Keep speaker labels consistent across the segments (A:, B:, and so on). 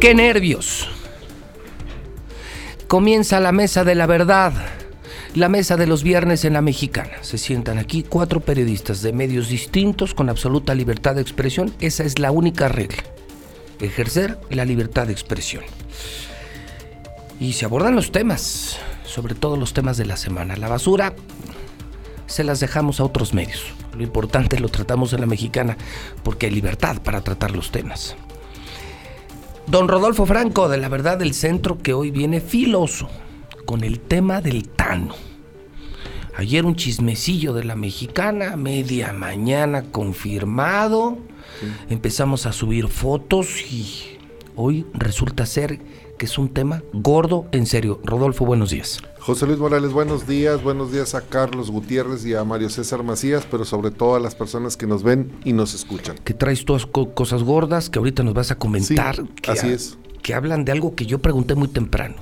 A: ¡Qué nervios! Comienza la mesa de la verdad, la mesa de los viernes en la mexicana. Se sientan aquí cuatro periodistas de medios distintos con absoluta libertad de expresión. Esa es la única regla, ejercer la libertad de expresión. Y se abordan los temas, sobre todo los temas de la semana. La basura se las dejamos a otros medios. Lo importante lo tratamos en la mexicana porque hay libertad para tratar los temas. Don Rodolfo Franco, de la verdad del centro, que hoy viene filoso con el tema del Tano. Ayer un chismecillo de la mexicana, media mañana confirmado. Sí. Empezamos a subir fotos y hoy resulta ser que es un tema gordo en serio. Rodolfo, buenos días.
B: José Luis Morales, buenos días. Buenos días a Carlos Gutiérrez y a Mario César Macías, pero sobre todo a las personas que nos ven y nos escuchan.
A: Que traes todas co cosas gordas que ahorita nos vas a comentar. Sí, que
B: así es.
A: Que hablan de algo que yo pregunté muy temprano.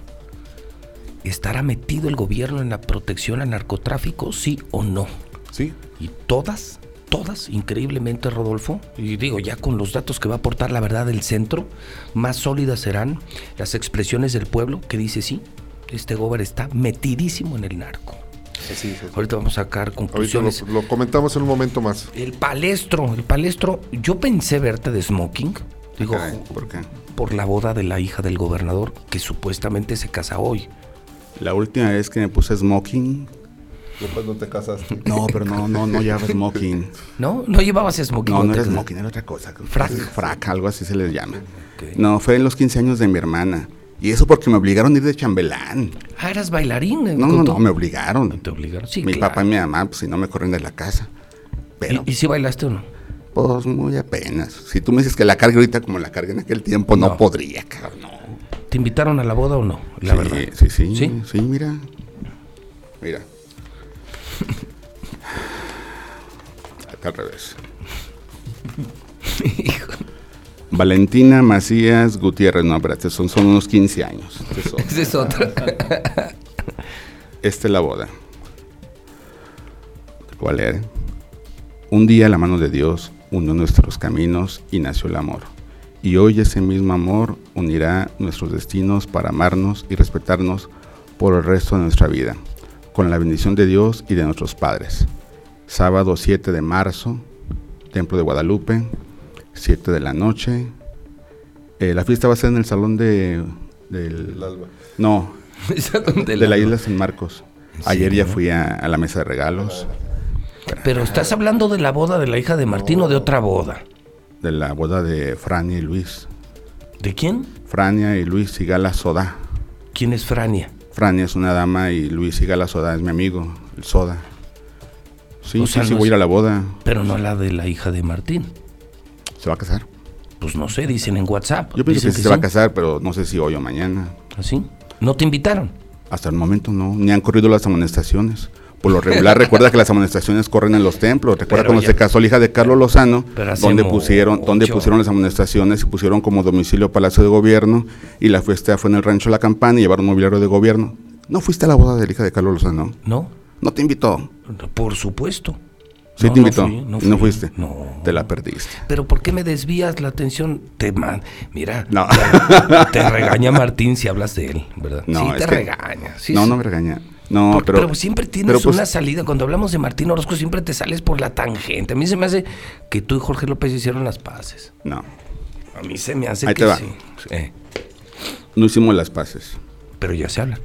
A: ¿Estará metido el gobierno en la protección al narcotráfico, sí o no?
B: Sí.
A: Y todas, todas, increíblemente, Rodolfo, y digo, ya con los datos que va a aportar la verdad del centro, más sólidas serán las expresiones del pueblo que dice sí, este gober está metidísimo en el narco.
B: Sí, sí, sí.
A: Ahorita vamos a sacar conclusiones.
B: Lo, lo, comentamos en un momento más.
A: El palestro, el palestro, yo pensé verte de smoking. Digo,
B: Ay, ¿por qué?
A: Por la boda de la hija del gobernador, que supuestamente se casa hoy.
C: La última vez que me puse smoking.
B: Después no te casaste.
C: No, pero no, no, no llevaba smoking.
A: ¿No? ¿No llevabas smoking?
C: No, no era smoking, era otra cosa. Frac. Frac, algo así se les llama. Okay. No, fue en los 15 años de mi hermana. Y eso porque me obligaron a ir de chambelán.
A: Ah, eras bailarín.
C: No, no, no, me obligaron.
A: ¿Te obligaron? Sí,
C: mi claro. papá y mi mamá, pues si no me corren de la casa. Pero,
A: ¿Y, ¿Y, si bailaste o no?
C: Pues muy apenas. Si tú me dices que la cargue ahorita como la cargué en aquel tiempo, no, no podría, cabrón. No.
A: ¿Te invitaron a la boda o no? La
C: sí,
A: verdad.
C: Sí, sí, sí, sí, mira. Mira. Acá al revés. Hijo. Valentina Macías Gutiérrez, no, espérate, son, son unos 15 años.
A: Este es otro.
C: Esta es la boda. ¿Cuál era? ¿eh? Un día la mano de Dios unió nuestros caminos y nació el amor y hoy ese mismo amor unirá nuestros destinos para amarnos y respetarnos por el resto de nuestra vida, con la bendición de Dios y de nuestros padres. Sábado 7 de marzo, Templo de Guadalupe, 7 de la noche. Eh, la fiesta va a ser en el salón de... Del,
B: el alba.
C: No, de la, la isla San Marcos. Ayer ya fui a, a la mesa de regalos.
A: Pero estás hablando de la boda de la hija de Martín no. o de otra boda
C: de la boda de Frania y Luis.
A: ¿De quién?
C: Frania y Luis Sigala Soda.
A: ¿Quién es Frania?
C: Frania es una dama y Luis Sigala Soda es mi amigo, el Soda. Sí, o sea, sí, no sí, voy a ir a la boda.
A: Pero no la de la hija de Martín.
C: ¿Se va a casar?
A: Pues no sé, dicen en WhatsApp.
C: Yo pienso que, que, se sí. va a casar, pero no sé si hoy o mañana.
A: ¿Así? ¿No te invitaron?
C: Hasta el momento no, ni han corrido las amonestaciones. Por lo regular, recuerda que las amonestaciones corren en los templos. Recuerda pero cuando ya, se casó la hija de Carlos Lozano, donde pusieron, ocho. donde pusieron las amonestaciones y pusieron como domicilio Palacio de Gobierno y la fiesta fue en el Rancho La Campana y llevaron mobiliario de gobierno. ¿No fuiste a la boda de la hija de Carlos Lozano?
A: No.
C: ¿No te invitó?
A: Por supuesto.
C: Sí no, te invitó. No, fui, no, fui. no, fuiste. No. Te la perdiste.
A: Pero ¿por qué me desvías la atención? Te man... mira.
C: No.
A: Te regaña Martín si hablas de él, ¿verdad? sí,
C: No,
A: te
C: que...
A: regaña. Sí,
C: no,
A: sí.
C: no me regaña. No,
A: Porque,
C: pero,
A: pero, siempre tienes pero pues, una salida. Cuando hablamos de Martín Orozco, siempre te sales por la tangente. A mí se me hace que tú y Jorge López hicieron las paces.
C: No.
A: A mí se me hace
C: Ahí
A: que
C: te va.
A: sí. Eh.
C: No hicimos las paces.
A: Pero ya se hablan.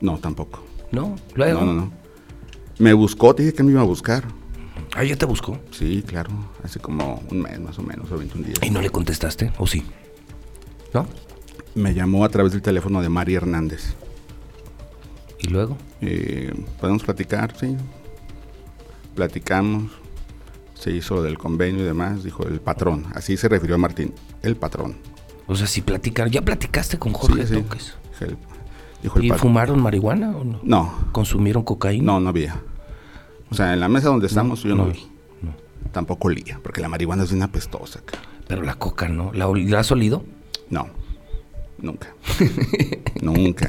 C: No, tampoco.
A: No, luego.
C: No, no, no. Me buscó, te dije que me iba a buscar.
A: Ah, ya te buscó.
C: Sí, claro. Hace como un mes más o menos, o 21 días.
A: ¿Y no le contestaste? ¿O sí? ¿No?
C: Me llamó a través del teléfono de Mari Hernández.
A: ¿Y luego?
C: Eh, podemos platicar, sí. Platicamos. Se hizo lo del convenio y demás. Dijo el patrón. Así se refirió a Martín. El patrón.
A: O sea, si platicaron. ¿Ya platicaste con Jorge
C: sí, sí.
A: Toques?
C: El,
A: dijo el ¿Y patrón. fumaron marihuana o no?
C: No.
A: ¿Consumieron cocaína?
C: No, no había. O sea, en la mesa donde estamos no, yo no, no vi. No. Tampoco olía, porque la marihuana es una apestosa.
A: Pero la coca, ¿no? ¿La, ¿la has olido?
C: No, nunca. nunca.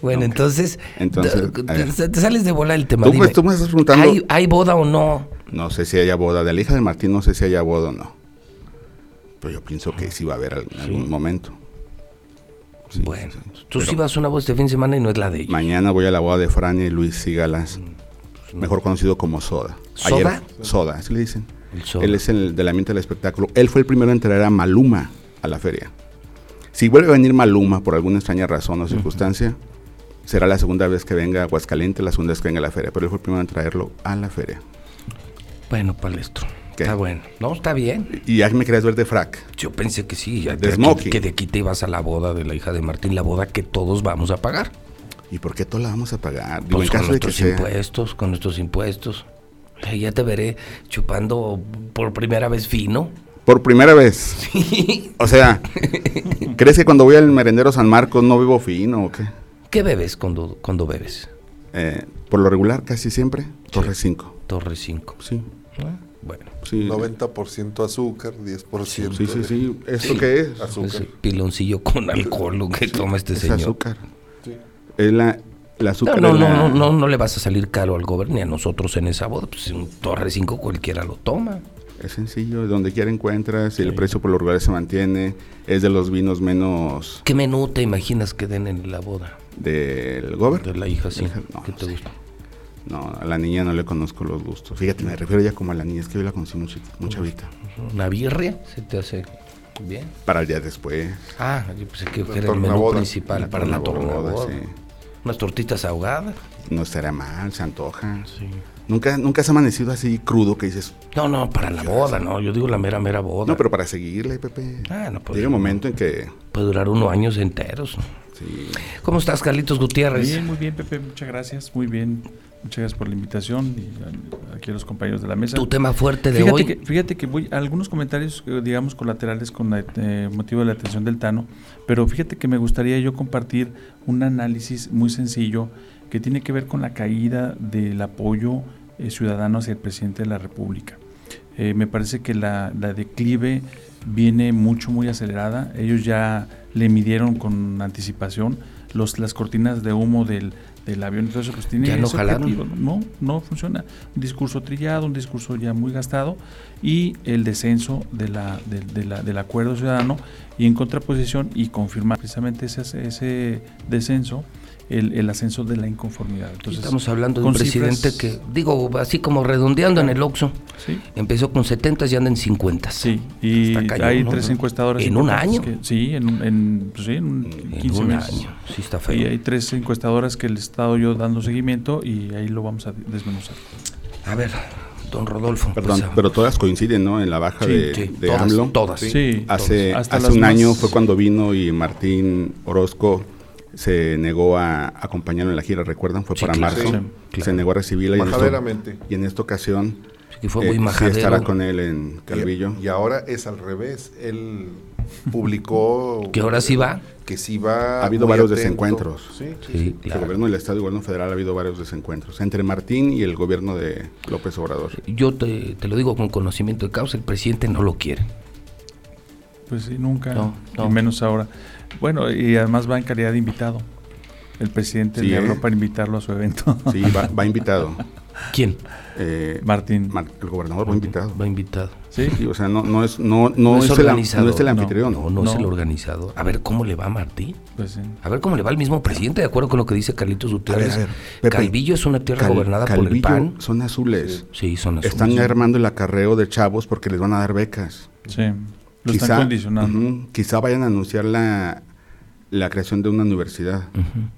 A: Bueno,
C: nunca.
A: entonces,
C: entonces
A: te, te, sales de bola el tema.
C: Tú,
A: dime,
C: tú me estás preguntando.
A: ¿hay, ¿hay, boda o no?
C: No sé si haya boda. De la hija de Martín no sé si haya boda o no. Pero yo pienso que sí va a haber en algún, ¿Sí? algún momento. Sí,
A: Bueno,
C: sí, sí.
A: tú
C: Pero
A: sí vas a una voz este fin de semana y no es la de ella.
C: Mañana voy a la boda de Frania y Luis Sigalas, mejor conocido como Soda.
A: ¿Soda?
C: Soda, así le dicen.
A: El Soda.
C: Él es el del ambiente del espectáculo. Él fue el primero en traer a Maluma a la feria. Si vuelve a venir Maluma por alguna extraña razón o circunstancia, será la segunda vez que venga a Aguascalientes, la segunda vez que venga a la feria. Pero él fue el primero en traerlo a la feria.
A: Bueno, palestro.
C: ¿Qué?
A: Está bueno. No, está bien.
C: Y ya me querías ver de frac.
A: Yo pensé que sí. ya
C: De
A: que aquí-
C: smoking.
A: Que de aquí te ibas a la boda de la hija de Martín, la boda que todos vamos a pagar.
C: ¿Y por qué todos la vamos a pagar? Digo,
A: Pues
C: en
A: con
C: caso de que
A: nuestros
C: sea.
A: impuestos, con nuestros impuestos. Ahí Ya te veré chupando por primera vez fino.
C: Por primera vez. O sea, ¿crees que cuando voy al merendero San Marcos no vivo fino o qué?
A: ¿Qué bebes cuando, cuando bebes?
C: Eh, por lo regular, casi siempre, Torre 5.
A: Torre 5.
C: Sí,
A: Bueno,
C: sí.
B: 90% azúcar, 10%.
C: Sí, sí,
B: de-
C: sí. ¿Esto qué es?
B: Azúcar.
A: ese pues, eh, piloncillo con alcohol lo que toma este
C: Es
A: señor.
C: azúcar. Es la, el
A: No,
C: azúcar.
A: no,
C: es la-
A: no, no, no, no le vas a salir caro al gobierno ni a nosotros en esa boda. Pues un Torre 5 cualquiera lo toma.
C: Es sencillo, donde quiera encuentras, y el precio por lo regular se mantiene. Es de los vinos menos
A: ¿Qué menú te imaginas que den en la boda
C: del Gober.
A: de la hija sí?
C: No,
A: ¿Qué te
C: sí.
A: gusta?
C: No, a la niña no le conozco los gustos. Fíjate, me refiero ya como a la niña, es que yo la conocí muy, chiqui- muy chavita.
A: ¿Una birria? ¿Se te hace bien?
C: Para el día después.
A: Ah, yo pensé que
B: La
A: era el menú
B: tornaboda.
A: principal
C: La
A: para la
C: tornaboda,
A: tornaboda.
C: sí.
A: Unas tortitas ahogadas.
C: No estará mal, se antoja. Nunca, nunca has amanecido así crudo que dices,
A: No, no, para la boda, no. Yo digo la mera, mera boda.
C: no, pero para seguirle, Pepe.
A: Ah, no, pues-
C: Llega un momento en que.
A: Puede durar unos años enteros.
C: sí,
A: ¿Cómo estás, Carlitos Gutiérrez?
D: Bien, muy bien, Pepe, muchas gracias, muy bien. Muchas gracias por la invitación y a- aquí a los compañeros de la mesa.
A: Tu tema fuerte de
D: Fíjate
A: hoy.
D: que, fíjate que voy a algunos comentarios, eh, digamos, colaterales con la- eh, motivo de la atención del Tano, pero fíjate que me gustaría yo compartir un análisis muy sencillo que tiene que ver con la caída del apoyo eh, ciudadano hacia el presidente de la República. Eh, me parece que la, la declive viene mucho, muy acelerada. Ellos ya le midieron con anticipación los, las cortinas de humo del, del avión. Entonces, pues tiene
A: Ya lo
D: ese
A: jalaron.
D: objetivo, No, no funciona. Un discurso trillado, un discurso ya muy gastado y el descenso de la, de- de la- del acuerdo ciudadano y en contraposición y confirmar precisamente ese, ese descenso, el, el ascenso de la inconformidad.
C: pues,
D: Entonces,
A: Estamos hablando de un
D: con
A: presidente
D: cifras-
A: que, digo, así como redondeando en el Oxxo,
D: Sí.
A: empezó con 70 y anda en 50.
D: Sí, y
A: Está cañón,
D: hay
A: ¿no?
D: tres encuestadoras.
A: ¿En un
D: importantes
A: año?
D: que- sí, en, un- en, pues sí, en un
A: En
D: 15
A: un
D: meses.
A: año. Sí, está
D: Y
A: feo.
D: hay tres encuestadoras que le he estado yo dando seguimiento y ahí lo vamos a desmenuzar.
A: A ver, don Rodolfo.
C: Perdón,
A: pues, ah,
C: pero todas coinciden, ¿no? En la baja
D: Sí,
C: de,
A: sí,
C: de
A: todas,
C: AMLO.
A: todas.
D: Sí,
C: Hace,
D: todas. Hasta
C: hace
D: las
C: un
D: más-
C: año fue cuando vino y Martín Orozco se negó a acompañarlo en la gira, ¿recuerdan? Fue
A: Sí,
C: para
A: claro.
C: marzo.
D: Sí,
C: Se
A: claro.
C: negó a recibirla y en,
B: Majaderamente.
C: esta- y en esta ocasión
A: que fue muy
C: eh, sí
A: majadero.
C: estará con él en
B: Y-
C: Calvillo.
B: Y, ahora es al revés. Él publicó
A: Que ahora sí va.
B: que sí va.
C: Ha habido
B: muy
C: varios
B: atento.
C: desencuentros.
B: Sí, sí,
A: Sí,
C: El
A: claro.
C: gobierno del Estado y el gobierno federal ha habido varios desencuentros entre Martín y el gobierno de López Obrador.
A: Yo te, te lo digo con conocimiento de causa, el presidente no lo quiere.
D: Pues sí, nunca,
A: No, no.
D: y menos ahora. Bueno, y además va en calidad de invitado. El presidente
C: Sí,
D: le
C: ¿eh?
D: habló para invitarlo a su evento.
C: Sí, va, va invitado.
A: ¿Quién?
C: Eh,
D: Martín.
C: Mar- el gobernador va invitado.
A: Va invitado.
D: sí,
C: Sí, pues. o sea, no, no es, no, no es, el, am- no es el anfitrión.
A: No, no, es
D: No.
A: el organizador. A ver cómo le va a Martín.
D: pues sí.
A: A ver cómo le va al mismo presidente, de acuerdo con lo que dice Carlitos Gutiérrez.
C: A ver, a ver, Pepe.
A: Calvillo es una tierra
C: Cal-
A: gobernada por el
C: Calvillo
A: PAN.
C: Son azules.
A: Sí, son azules.
C: Están armando el acarreo de chavos porque les van a dar becas.
D: Sí, lo están condicionando.
C: ujú, quizá vayan a anunciar la, la creación de una universidad,
A: Ujú.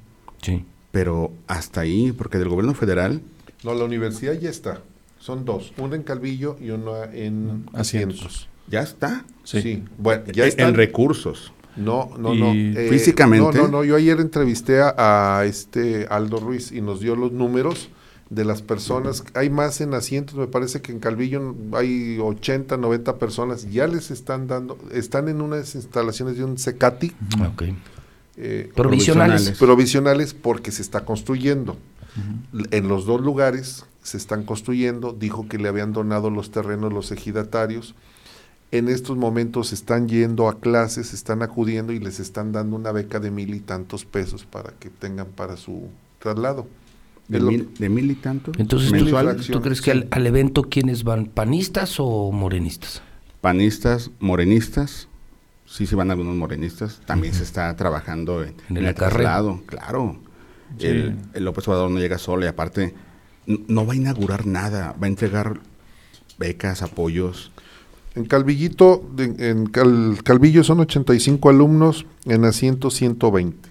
A: Sí.
C: pero hasta ahí, porque del gobierno federal,
B: No, la universidad ya está. Son dos. Una en Calvillo y una en Asientos.
D: Asientos.
C: ya está.
D: Sí.
B: Sí. Bueno, ya
C: En-
B: está.
C: En recursos.
B: No, no,
D: Y
B: no. Eh,
C: físicamente.
B: No, no, no. Yo ayer entrevisté a, a este Aldo Ruiz y nos dio los números de las personas. Hay más en asientos, me parece que en Calvillo hay 80, 90 personas. Ya les están dando, están en unas instalaciones de un secati
C: Ah.
A: Ok.
B: eh,
A: Provisionales.
B: provisionales porque se está construyendo. En los dos lugares se están construyendo. Dijo que le habían donado los terrenos los ejidatarios. En estos momentos están yendo a clases, están acudiendo y les están dando una beca de mil y tantos pesos para que tengan para su traslado.
C: De
B: Es lo
C: mil, de mil y tanto.
A: Entonces, ¿tú,
C: mensual.
B: Mensual.
A: tú crees que al,
B: Sí.
A: al evento quiénes van? ¿Panistas o morenistas?
C: Panistas, morenistas, sí se van algunos morenistas, también se está trabajando en,
A: En el acarreo.
C: traslado, claro.
D: Sí.
C: El, el López Obrador no llega solo y aparte n- no va a inaugurar nada, va a entregar becas, apoyos.
B: En Calvillito, de- en Cal- Calvillo son 85 alumnos, en asiento 120.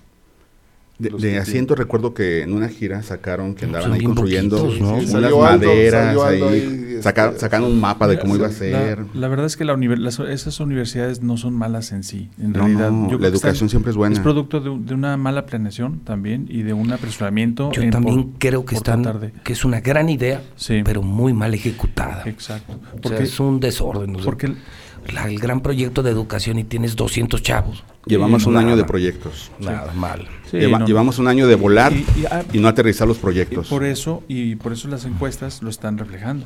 C: De,
B: Los
C: de
B: que
C: asiento recuerdo que en una gira sacaron que andaban
A: Son
C: ahí
A: bien
C: construyendo
A: poquitos, ¿no?
C: unas
B: Sí, salió Aldo,
C: maderas
B: salió Aldo
C: ahí,
B: ahí, este,
C: saca- sacaron un mapa de cómo iba a ser.
D: La, la verdad es que la univer- las- esas universidades no son malas en sí. En
C: No,
D: realidad,
C: no,
D: yo creo
C: la
D: que están-
C: educación siempre es buena.
D: Es producto de, un- de una mala planeación también y de un apresuramiento.
A: Yo
D: en
A: también
D: por-
A: creo que
D: por tratar
A: están,
D: de-
A: que es una gran idea,
D: Sí.
A: pero muy mal ejecutada.
D: Exacto.
A: O sea,
D: Porque,
A: es un desorden. o sea,
D: porque
A: la- el gran proyecto de educación y tienes 200 chavos.
C: Llevamos
A: Sí,
C: un
A: nada.
C: año de proyectos.
A: Nada mal.
D: sí,
C: Lleva-
D: no,
C: Llevamos un año de volar y,
D: Y- y, ah,
C: no aterrizar los
D: y
C: proyectos.
D: por eso y por eso las encuestas lo están reflejando.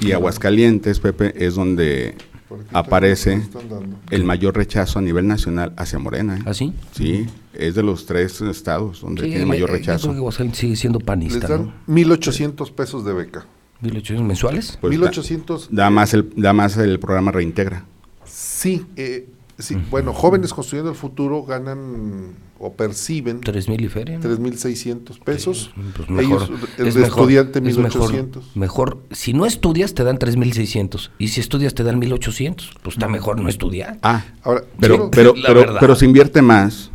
C: Y Aguascalientes, Pepe, es donde
B: Por aquí
C: aparece
B: están- están dando.
C: el mayor rechazo a nivel nacional hacia Morena. ¿eh?
A: ¿Así?
C: Sí, es de los tres estados donde
A: Sí,
C: tiene mayor
A: eh, Yo
C: rechazo.
A: creo que Guasel sigue siendo
B: Les
A: panista,
B: dan
A: ¿no?
B: 1.800 pesos de beca.
A: 1800 mensuales.
C: Pues da-
B: 1.800.
C: da, más el, da más el programa Reintegra.
B: Sí, eh, sí. Bueno, jóvenes construyendo el futuro ganan o perciben
A: 3000 y feria. ¿no?
B: 3.600 pesos.
A: Pues
B: Ellos,
A: mejor,
B: el
A: es
B: de
A: mejor,
B: estudiante
A: es mejor,
B: 1.800.
A: Mejor, si no estudias te dan 3600 y si estudias te dan 1800, pues
B: Mm.
A: está mejor no estudiar.
C: Ah,
B: Ahora, quiero-
C: pero, pero,
A: la
C: pero,
A: verdad.
C: pero se invierte más.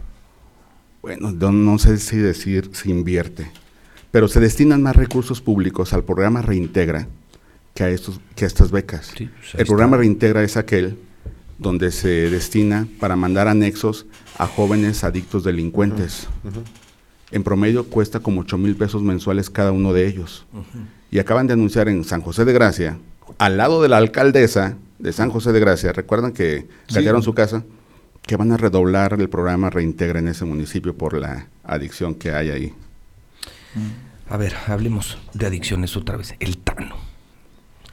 C: Bueno, no, no sé si decir se invierte, pero se destinan más recursos públicos al programa Reintegra que a, estos, que a estas becas.
A: Sí, pues ahí
C: El programa
A: está.
C: Reintegra es aquel donde se destina para mandar anexos a jóvenes adictos delincuentes.
B: Ujú.
C: En promedio cuesta como 8 mil pesos mensuales cada uno de ellos. Y acaban de anunciar en San José de Gracia, al lado de la alcaldesa de San José de Gracia, recuerdan que
D: Sí.
C: callaron su casa, que van a redoblar el programa Reintegra en ese municipio por la adicción que hay ahí.
D: Mm.
A: A ver, hablemos de adicciones otra vez. El Tano.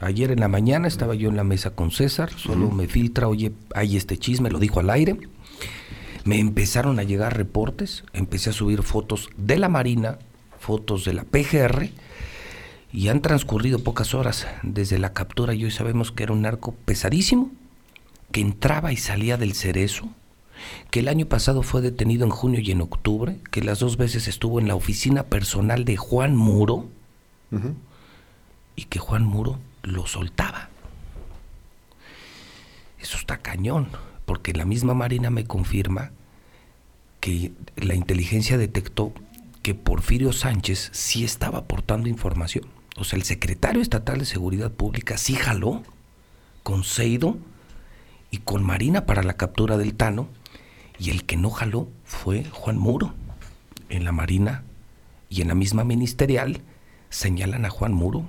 A: Ayer en la mañana estaba yo en la mesa con César, solo me filtra, oye, hay este chisme, lo dijo al aire. Me empezaron a llegar reportes, empecé a subir fotos de la Marina, fotos de la PGR, y han transcurrido pocas horas desde la captura y hoy sabemos que era un narco pesadísimo, que entraba y salía del cerezo, que el año pasado fue detenido en junio y en octubre, que las dos veces estuvo en la oficina personal de Juan Muro
B: Ujú.
A: y que Juan Muro lo soltaba. Eso está cañón, porque la misma Marina me confirma que la inteligencia detectó que Porfirio Sánchez sí estaba aportando información. O sea, el secretario estatal de Seguridad Pública sí jaló con Seido y con Marina para la captura del Tano, y el que no jaló fue Juan Muro. En la Marina y en la misma ministerial señalan a Juan Muro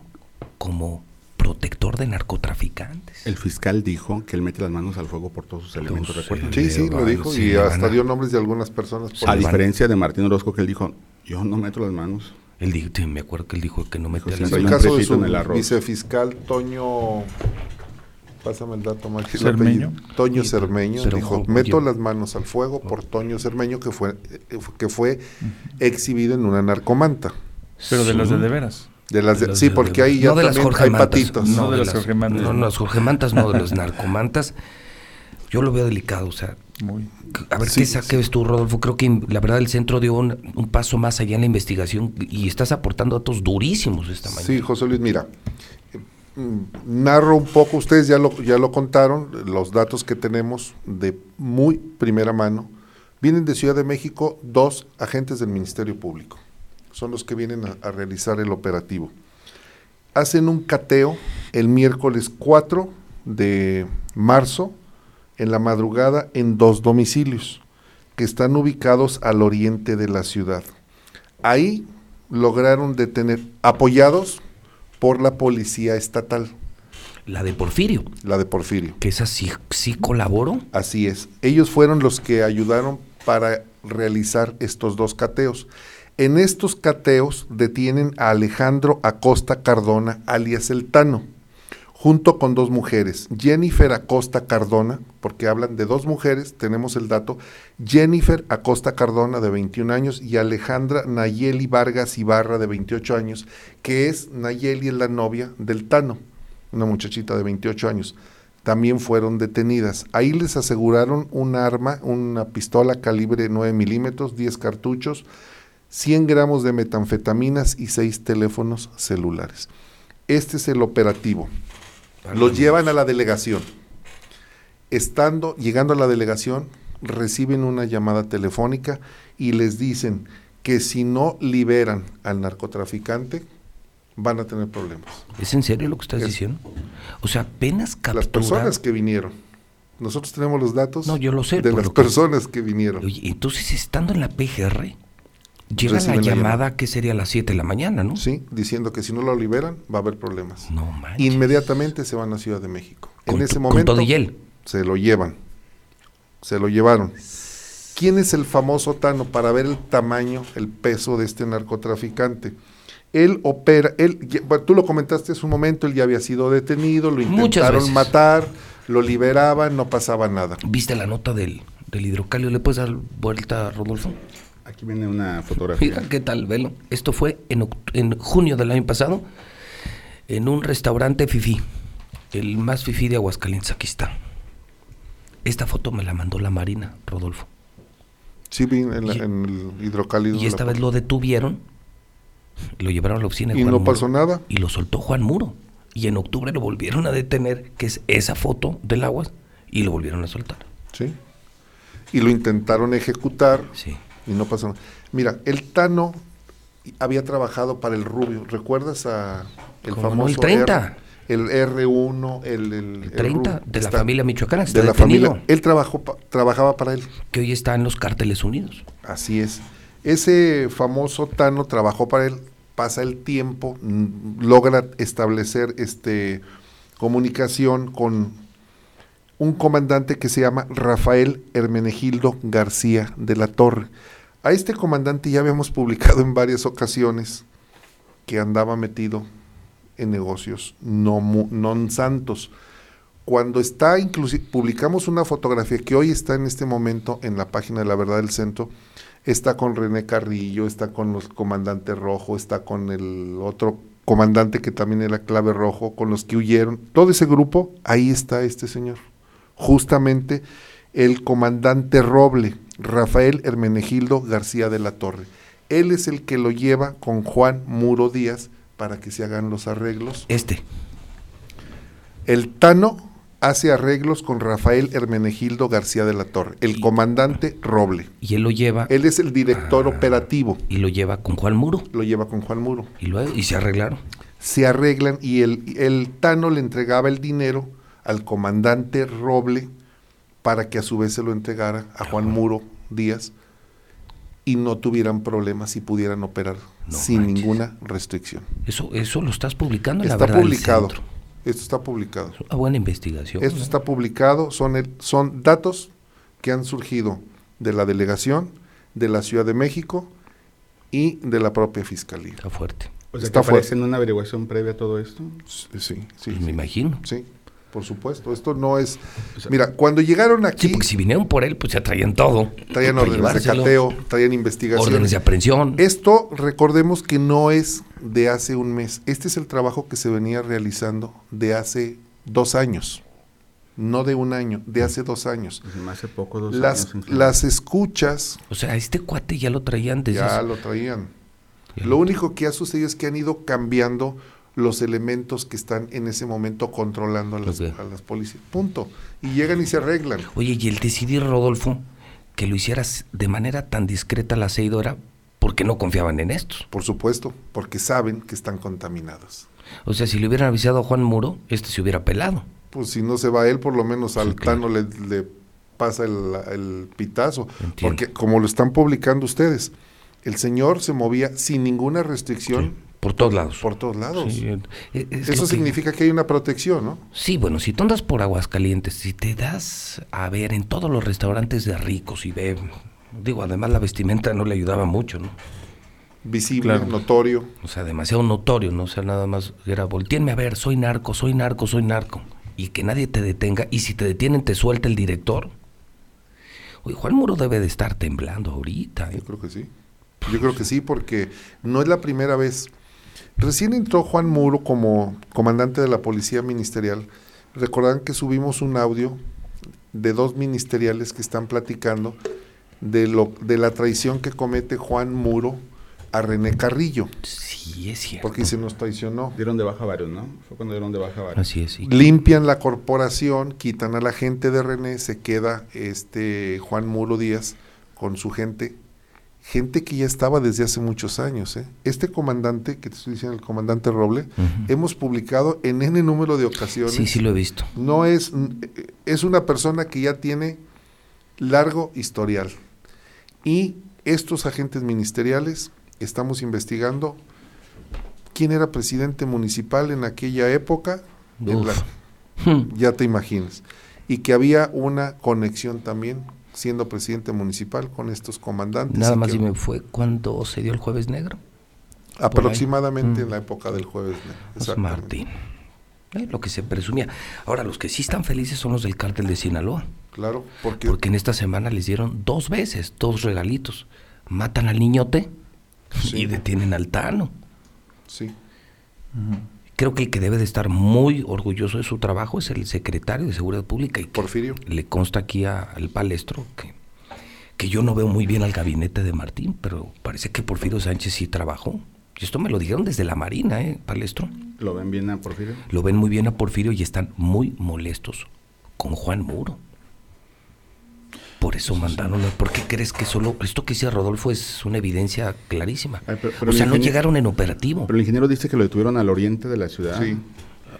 A: como protector de narcotraficantes.
C: El fiscal dijo que él mete las manos al fuego por todos sus elementos,
A: Entonces,
C: ¿recuerdan?
B: Sí, sí,
A: Leo
B: lo dijo
A: Gans, sí,
B: y hasta
A: Ana.
B: dio nombres de algunas personas. por-
C: A
A: Sí.
C: diferencia de Martín Orozco, que él dijo, yo no meto las manos.
A: Él dijo, sí, me acuerdo que él dijo que no metía
C: Dijo,
A: las
B: Es
C: "Sí,
B: el
C: un
A: manos".
B: caso de
C: frijito
B: su
C: en el arroz.
B: vicefiscal Toño. Pásame el dato, Max. el
D: Cermeño.
B: apellido. Toño
A: Sí,
B: Cermeño
A: pero
B: dijo:
A: ojo,
B: Meto
A: yo-
B: las manos al fuego por Toño Cermeño, que fue, eh, que fue exhibido en una narcomanta.
D: Pero de los de
A: Sí.
D: de veras.
B: De las de-
A: De los
B: sí,
A: de-
B: porque ahí ya
A: no de las
B: también
A: Jorge
B: hay
A: Mantas,
B: patitos.
D: No de las Jorge Mantas,
A: No,
D: no.
A: no, las Jorge Mantas, no de los narcomantas. Yo lo veo delicado, o sea,
D: Muy.
A: a ver
B: Sí,
A: qué saques tú, Rodolfo. Creo que la verdad el centro dio un, un paso más allá en la investigación y estás aportando datos durísimos esta mañana.
B: Sí, José Luis, mira. eh, mm, Narro un poco, ustedes ya lo, ya lo contaron, los datos que tenemos de muy primera mano. Vienen de Ciudad de México dos agentes del Ministerio Público. Son los que vienen a, a realizar el operativo. Hacen un cateo el miércoles 4 de marzo en la madrugada en dos domicilios que están ubicados al oriente de la ciudad. Ahí lograron detener, apoyados por la policía estatal,
A: La de Porfirio,
B: la de Porfirio.
A: que esa sí, sí colaboró.
B: Así es. Ellos fueron los que ayudaron para realizar estos dos cateos. En estos cateos detienen a Alejandro Acosta Cardona, alias El Tano, junto con dos mujeres, Jennifer Acosta Cardona, porque hablan de dos mujeres, tenemos el dato, Jennifer Acosta Cardona de 21 años y Alejandra Nayeli Vargas Ibarra de 28 años, que es Nayeli es la novia del Tano, una muchachita de 28 años. también fueron detenidas. Ahí les aseguraron un arma, una pistola calibre 9 milímetros, 10 cartuchos, 100 gramos de metanfetaminas y 6 teléfonos celulares. Este es el operativo. Los llevan a la delegación. Estando, llegando a la delegación, reciben una llamada telefónica y les dicen que si no liberan al narcotraficante, van a tener problemas.
A: ¿Es en serio lo que estás
B: Es-
A: diciendo? O sea, apenas
B: Las
A: capturar.
B: personas que vinieron. Nosotros tenemos los datos
A: No, yo lo sé,
B: de
A: por
B: las
A: lo que-
B: personas que vinieron.
A: Oye, entonces estando en la PGR, llega la
B: Reciben la
A: llamada que sería a las 7 de la mañana, ¿no?
B: Sí, diciendo que si no lo liberan va a haber problemas.
A: No manches.
B: Inmediatamente se van a Ciudad de México.
A: Con
B: en
A: to-
B: ese
A: con
B: momento
A: todo y él.
B: se lo llevan. Se lo llevaron. ¿Quién es el famoso Tano para ver el tamaño, el peso de este narcotraficante? Él opera, él, ya- bueno, tú lo comentaste hace un momento, él ya había sido detenido, lo
A: Muchas
B: intentaron
A: veces.
B: matar, lo liberaban, no pasaba nada.
A: ¿Viste la nota del, del hidrocalio? ¿Le puedes dar vuelta, Rodolfo?
C: Aquí viene una fotografía.
A: Mira qué tal, velo. Esto fue en, oct- en junio del año pasado en un restaurante fifí, el más fifí de Aguascalientes. Aquí está. Esta foto me la mandó la Marina, Rodolfo.
B: Sí, vi en, la-
A: Y-
B: en el hidrocálido.
A: Y
B: la
A: esta vez
B: foto.
A: lo detuvieron, lo llevaron a la oficina. de
B: y
A: Juan
B: no
A: Muro,
B: pasó nada.
A: Y lo soltó Juan Muro. Y en octubre lo volvieron a detener, que es esa foto del Aguas, y lo volvieron a soltar.
B: ¿sí? Y lo intentaron ejecutar
A: Sí.
B: y no pasó nada. Mira, el Tano había trabajado para el Rubio. ¿Recuerdas a el
A: ¿Cómo no?
B: famoso
A: El 30.
B: R- el R1, el, el-
A: El
B: el
A: 30
B: Rubio?
A: de la
B: Está-
A: familia michoacana. Está
B: de la
A: detenido,
B: familia. eh. Él trabajó pa- trabajaba para él.
A: Que hoy está en los cárteles unidos.
B: Así es. Ese famoso Tano trabajó para él, pasa el tiempo, mm, logra establecer este comunicación con un comandante que se llama Rafael Hermenegildo García de la Torre. A este comandante ya habíamos publicado en varias ocasiones que andaba metido en negocios no, mu- non santos. Cuando está, inclusive, publicamos una fotografía que hoy está en este momento en la página de La Verdad del Centro, está con René Carrillo, está con los comandantes rojo, está con el otro comandante que también era clave rojo, con los que huyeron, todo ese grupo, ahí está este señor. Justamente el comandante Roble, Rafael Hermenegildo García de la Torre. Él es el que lo lleva con Juan Muro Díaz para que se hagan los arreglos.
A: Este.
B: El Tano hace arreglos con Rafael Hermenegildo García de la Torre, el comandante Roble.
A: Y él lo lleva.
B: Él es el director
A: Ah.
B: operativo.
A: Y lo lleva con Juan Muro.
B: Lo lleva con Juan Muro.
A: Y, luego, y se arreglaron.
B: Se arreglan y el, y el Tano le entregaba el dinero al comandante Roble para que a su vez se lo entregara a Juan Muro Díaz y no tuvieran problemas y pudieran operar
A: No
B: sin
A: manches.
B: ninguna restricción.
A: Eso, eso lo estás publicando, la
B: Está
A: verdad. del
B: publicado.
A: centro.
B: Esto está publicado.
A: Es una buena investigación.
B: Esto
A: ¿no?
B: está publicado, son, el- son datos que han surgido de la delegación, de la Ciudad de México y de la propia Fiscalía.
A: Está fuerte.
C: O sea,
B: Está
C: que aparece
B: fuerte.
C: en una averiguación previa a todo esto.
B: Sí, sí,
A: Pues
B: sí,
A: me imagino.
B: sí, por supuesto. Esto no es...
C: O sea,
B: Mira, cuando llegaron
A: Sí,
B: aquí,
A: porque si vinieron por él, pues ya traían todo.
B: traían
A: Para
B: órdenes de
A: llevárselo,
B: cateo, traían investigación.
A: órdenes de aprehensión.
B: Esto, recordemos que no es de hace un mes. Este es el trabajo que se venía realizando de hace dos años. No de un año, de hace dos años.
C: desde hace poco, dos
B: Las,
C: años, incluso.
B: las escuchas
A: O sea, este cuate ya lo traían desde.
B: Ya
A: hace-
B: lo traían.
A: Ya
B: Lo único que ha sucedido es que han ido cambiando los elementos que están en ese momento controlando a las,
A: Ok.
B: a las policías. Punto. Y llegan y se arreglan.
A: Oye, y el decidir, Rodolfo, que lo hicieras de manera tan discreta la seguidora, porque no confiaban en estos.
B: Por supuesto, porque saben que están contaminados.
A: O sea, si le hubieran avisado a Juan Muro, este se hubiera pelado.
B: Pues si no se va él, por lo menos al
A: Sí, claro.
B: Tano le, le pasa el, el pitazo.
A: Entiendo.
B: Porque como lo están publicando ustedes, el señor se movía sin ninguna restricción
A: Por todos lados.
B: por todos lados.
A: Sí, eh, es
B: Eso
A: lo que-
B: significa que hay una protección, ¿no?
A: Sí, bueno, si tú andas por Aguascalientes, si te das a ver en todos los restaurantes de ricos y ve, digo, además la vestimenta no le ayudaba mucho, ¿no?
B: Visible,
D: Claro.
B: notorio.
A: O sea, demasiado notorio, ¿no? O sea, nada más era volteenme a ver, soy narco, soy narco, soy narco. Y que nadie te detenga, y si te detienen te suelta el director. Oye, Juan Muro debe de estar temblando ahorita. ¿eh?
B: Yo creo que sí. Yo creo que sí, porque no es la primera vez. Recién entró Juan Muro como comandante de la Policía Ministerial Recordarán que subimos un audio de dos ministeriales que están platicando de, lo, de la traición que comete Juan Muro a René Carrillo,
A: Sí, es cierto.
B: porque se nos traicionó.
C: Dieron de baja varios, ¿no? Fue cuando dieron de baja varios.
A: Así es. y-
B: Limpian la corporación, quitan a la gente de René, se queda este Juan Muro Díaz con su gente, gente que ya estaba desde hace muchos años. ¿eh? Este comandante, que te estoy diciendo, el comandante Roble,
A: Ujú.
B: hemos publicado en N número de ocasiones.
A: Sí, sí lo he visto.
B: No es, eh, es una persona que ya tiene largo historial. Y estos agentes ministeriales estamos investigando quién era presidente municipal en aquella época. en la-
A: Uf. Hmm.
B: ya te imaginas. Y que había una conexión también, siendo presidente municipal, con estos comandantes.
A: Nada
B: y
A: más
B: que
A: dime, ¿fue cuando se dio el Jueves Negro?
B: Aproximadamente
A: Mm.
B: en la época del jueves. negro,
A: Pues
B: exactamente.
A: Martín. Eh, lo que se presumía. Ahora, los que sí están felices son los del cártel de Sinaloa.
B: Claro, porque,
A: Porque en esta semana les dieron dos veces, dos regalitos. Matan al niñote
B: Sí.
A: y detienen al Tano.
B: sí,
A: Creo que el que debe de estar muy orgulloso de su trabajo es el secretario de Seguridad Pública. Y que
B: Porfirio.
A: le consta aquí a- al palestro que, que yo no veo muy bien al gabinete de Martín, pero parece que Porfirio Sánchez sí trabajó. Y esto me lo dijeron desde la Marina, ¿eh, palestro?
C: ¿Lo ven bien a Porfirio?
A: Lo ven muy bien a Porfirio y están muy molestos con Juan Muro. Por eso mandaron. la- ¿Por qué crees que solo esto que dice Rodolfo es una evidencia clarísima?
C: Ay, pero- pero
A: o
C: el
A: sea, no
C: ingeniero-
A: llegaron en operativo.
C: Pero el ingeniero dice que lo detuvieron al oriente de la ciudad.
B: sí.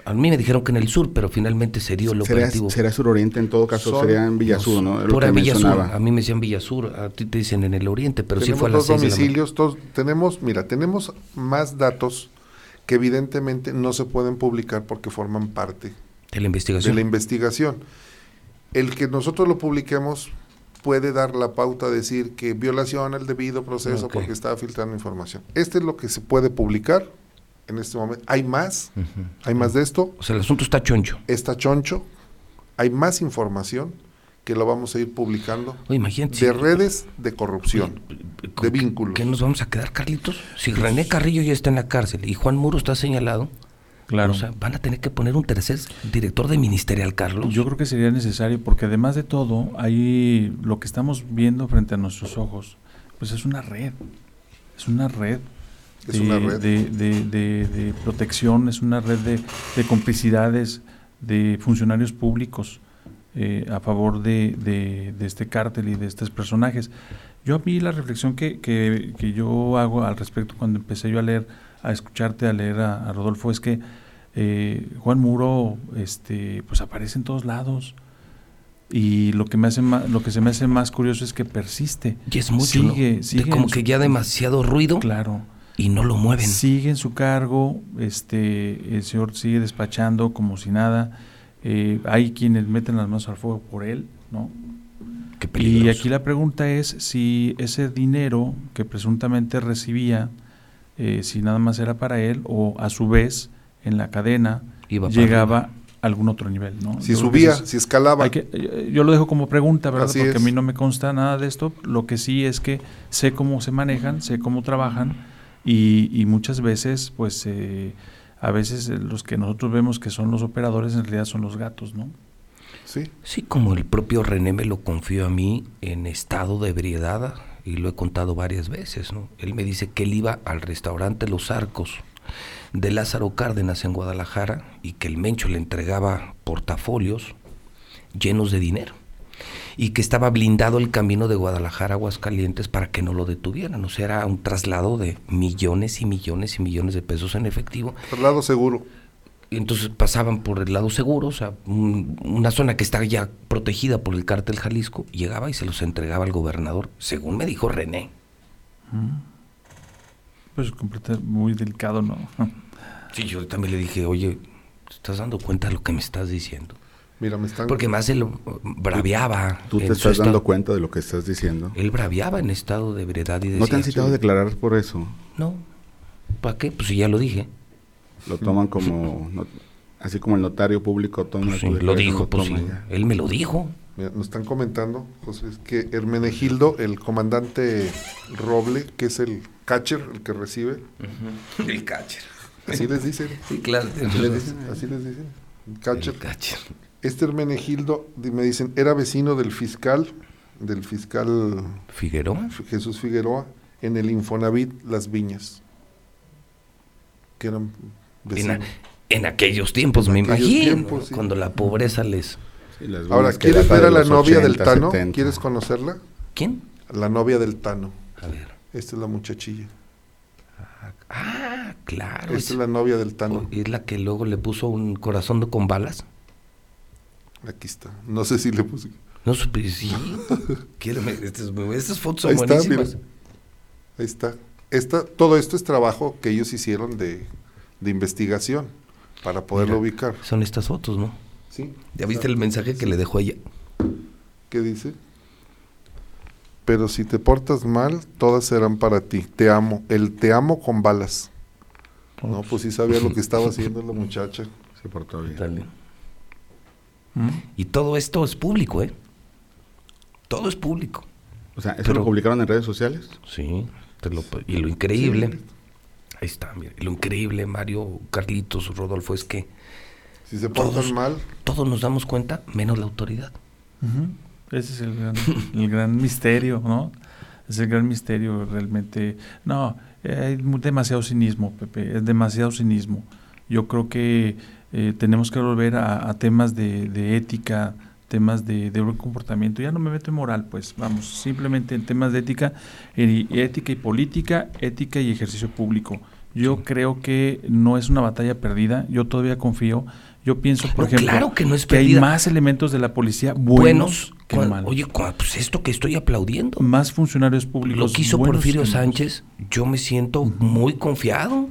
A: A mí me dijeron que en el sur, pero finalmente se dio el
C: Será,
A: operativo.
C: será suroriente en todo caso,
B: Son-
C: sería en Villasur, ¿no? Era lo
A: Por
C: que
A: ahí Villasur,
C: mencionaba.
A: a mí me decían Villasur, a ti te dicen en el oriente, pero sí
B: tenemos
A: fue a las
B: dos
A: seis de la mañana.
B: domicilios, todos- tenemos, mira, tenemos más datos que evidentemente no se pueden publicar porque forman parte
A: de la
B: de
A: investigación.
B: la investigación. El que nosotros lo publiquemos puede dar la pauta a decir que violación al debido proceso
A: Ok.
B: porque estaba filtrando información. Este es lo que se puede publicar en este momento. Hay más,
A: Ujú.
B: hay más de esto.
A: O sea, el asunto está choncho.
B: Está choncho, hay más información que lo vamos a ir publicando
A: Oye, imagínate. si-
B: de redes de corrupción.
A: ¿Con-
B: vínculos. Pues
A: ¿Qué nos vamos a quedar, Carlitos? Si René Carrillo ya está en la cárcel y Juan Muro está señalado,
D: Claro.
A: o sea, van a tener que poner un tercer director de ministerial, Carlos.
D: Yo creo que sería necesario porque además de todo, ahí lo que estamos viendo frente a nuestros ojos, pues es una red. Es una red.
B: Es una red.
D: De, de- de- de protección, es una red de, de complicidades de funcionarios públicos eh, a favor de, de- de este cártel y de estos personajes. Yo a mí la reflexión que, que- que yo hago al respecto cuando empecé yo a leer, a escucharte, a leer a, a Rodolfo, es que eh, Juan Muro este, pues aparece en todos lados. Y lo que, me hace ma- lo que se me hace más curioso es que persiste.
A: y es mucho, ¿no?
D: sigue-
A: De
D: sigue
A: como
D: en
A: que
D: su-
A: ya demasiado ruido
D: Claro.
A: y no lo mueven.
D: Sigue en su cargo, este, el señor sigue despachando como si nada. eh, hay quienes meten las manos al fuego por él, ¿no?
A: Qué peligroso.
D: Y aquí la pregunta es si ese dinero que presuntamente recibía, eh, si nada más era para él o a su vez en la cadena
A: Iba para
D: llegaba a algún otro nivel, ¿no?
B: Si
D: Yo creo que
B: subía,
D: eso es-
B: si escalaba,
D: hay que- eh, yo lo dejo como pregunta, ¿verdad?
B: Así
D: Porque a
B: es.
D: mí no me consta nada de esto. Lo que sí es que sé cómo se manejan, sé cómo trabajan y, y muchas veces, pues, eh, a veces eh, los que nosotros vemos que son los operadores en realidad son los gatos, ¿no?
B: sí.
A: Sí, como el propio René me lo confió a mí en estado de ebriedad, y lo he contado varias veces, ¿no? Él me dice que él iba al restaurante Los Arcos de Lázaro Cárdenas en Guadalajara y que el Mencho le entregaba portafolios llenos de dinero y que estaba blindado el camino de Guadalajara a Aguascalientes para que no lo detuvieran. O sea, era un traslado de millones y millones y millones de pesos en efectivo
B: Traslado seguro.
A: y entonces pasaban por el lado seguro, o sea, un- una zona que está ya protegida por el cártel Jalisco, llegaba y se los entregaba al gobernador, según me dijo René.
D: Pues completa- muy delicado, ¿no?
A: Sí, yo también le dije, oye, ¿te estás dando cuenta de lo que me estás diciendo?
B: Mira, me están.
A: Porque más él uh, braviaba.
C: ¿Tú te
A: en su
C: estás
A: estado-
C: dando cuenta de lo que estás diciendo?
A: Él braviaba en estado de veredad y decía,
C: ¿No te han citado a declarar por eso?
A: No, ¿para qué? Pues si ya lo dije.
C: Lo toman como... no- así como el notario público toma...
A: Pues, sí,
C: tu
A: lo
C: declaración,
A: dijo,
C: lo
A: pues sí,
C: toma ya.
A: él me lo dijo.
B: Mira, nos están comentando, José, es que Hermenegildo, el comandante Roble, que es el catcher, el que recibe,
A: El catcher.
B: así les dicen.
A: Sí, claro.
B: Así les dicen, así les dicen. Cacher.
A: El Cacher.
B: Este Hermenegildo, di- me dicen, era vecino del fiscal, del fiscal
A: Figueroa.
B: F- Jesús Figueroa, en el Infonavit Las Viñas. Que eran
A: En, a-
B: vecinos.
A: en aquellos tiempos,
B: En
A: me
B: aquellos
A: imagino.
B: tiempos, sí.
A: Cuando la pobreza les.
C: Y las
B: Ahora,
C: buenas que
B: ¿quieres
C: data
B: ver a
C: de
B: la
C: los
B: novia del
C: 80,
B: Tano?
C: 70.
B: ¿Quieres conocerla?
A: ¿Quién?
B: La novia del Tano.
A: A ver.
B: Esta es la muchachilla.
A: Ah, claro.
B: Esta es la novia del Tano.
A: es la que luego le puso un corazón de- con balas.
B: Aquí está. No sé si le puse.
A: No supe, sí. Quiéreme, estas, estas fotos son
B: Ahí está,
A: buenísimas.
B: mira. Ahí está. Esta, todo esto es trabajo que ellos hicieron de, de investigación para poderlo
A: Mira.
B: ubicar.
A: Son estas fotos, ¿no?
B: ¿Sí?
A: ¿Ya viste el mensaje que le dejó ella?
B: ¿Qué dice? Pero si te portas mal, todas serán para ti. Te amo. El te amo con balas. No, pues sí sabía lo que estaba haciendo la muchacha.
C: Se portó bien.
A: Dale.
D: ¿Mm?
A: Y todo esto es público, ¿eh? Todo es público.
C: O sea, ¿eso
A: Pero-
C: lo publicaron en redes sociales?
A: Sí. te lo- y lo increíble. Ahí está, mira. Lo increíble, Mario, Carlitos, Rodolfo, es que
B: Si se portan
A: Todos.
B: mal,
A: todos nos damos cuenta, menos la autoridad.
D: Ujú. Ese es el gran, el gran misterio, ¿no? Es el gran misterio realmente. No, eh, hay mu- demasiado cinismo, Pepe, es demasiado cinismo. Yo creo que eh, tenemos que volver a, a temas de, de ética, temas de, de buen comportamiento. Ya no me meto en moral, pues vamos, simplemente en temas de ética, eh, y ética y política, ética y ejercicio público. Yo creo que no es una batalla perdida, yo todavía confío. Yo pienso, por
A: No,
D: ejemplo,
A: claro que no es
D: que hay
A: perdida.
D: más elementos de la policía buenos,
A: buenos.
D: que
A: cua-
D: malos.
A: Oye, cua- pues esto que estoy aplaudiendo.
D: más funcionarios públicos.
A: Lo que hizo
D: buenos
A: Porfirio
D: que malos.
A: Sánchez, yo me siento muy confiado.
D: Ujú.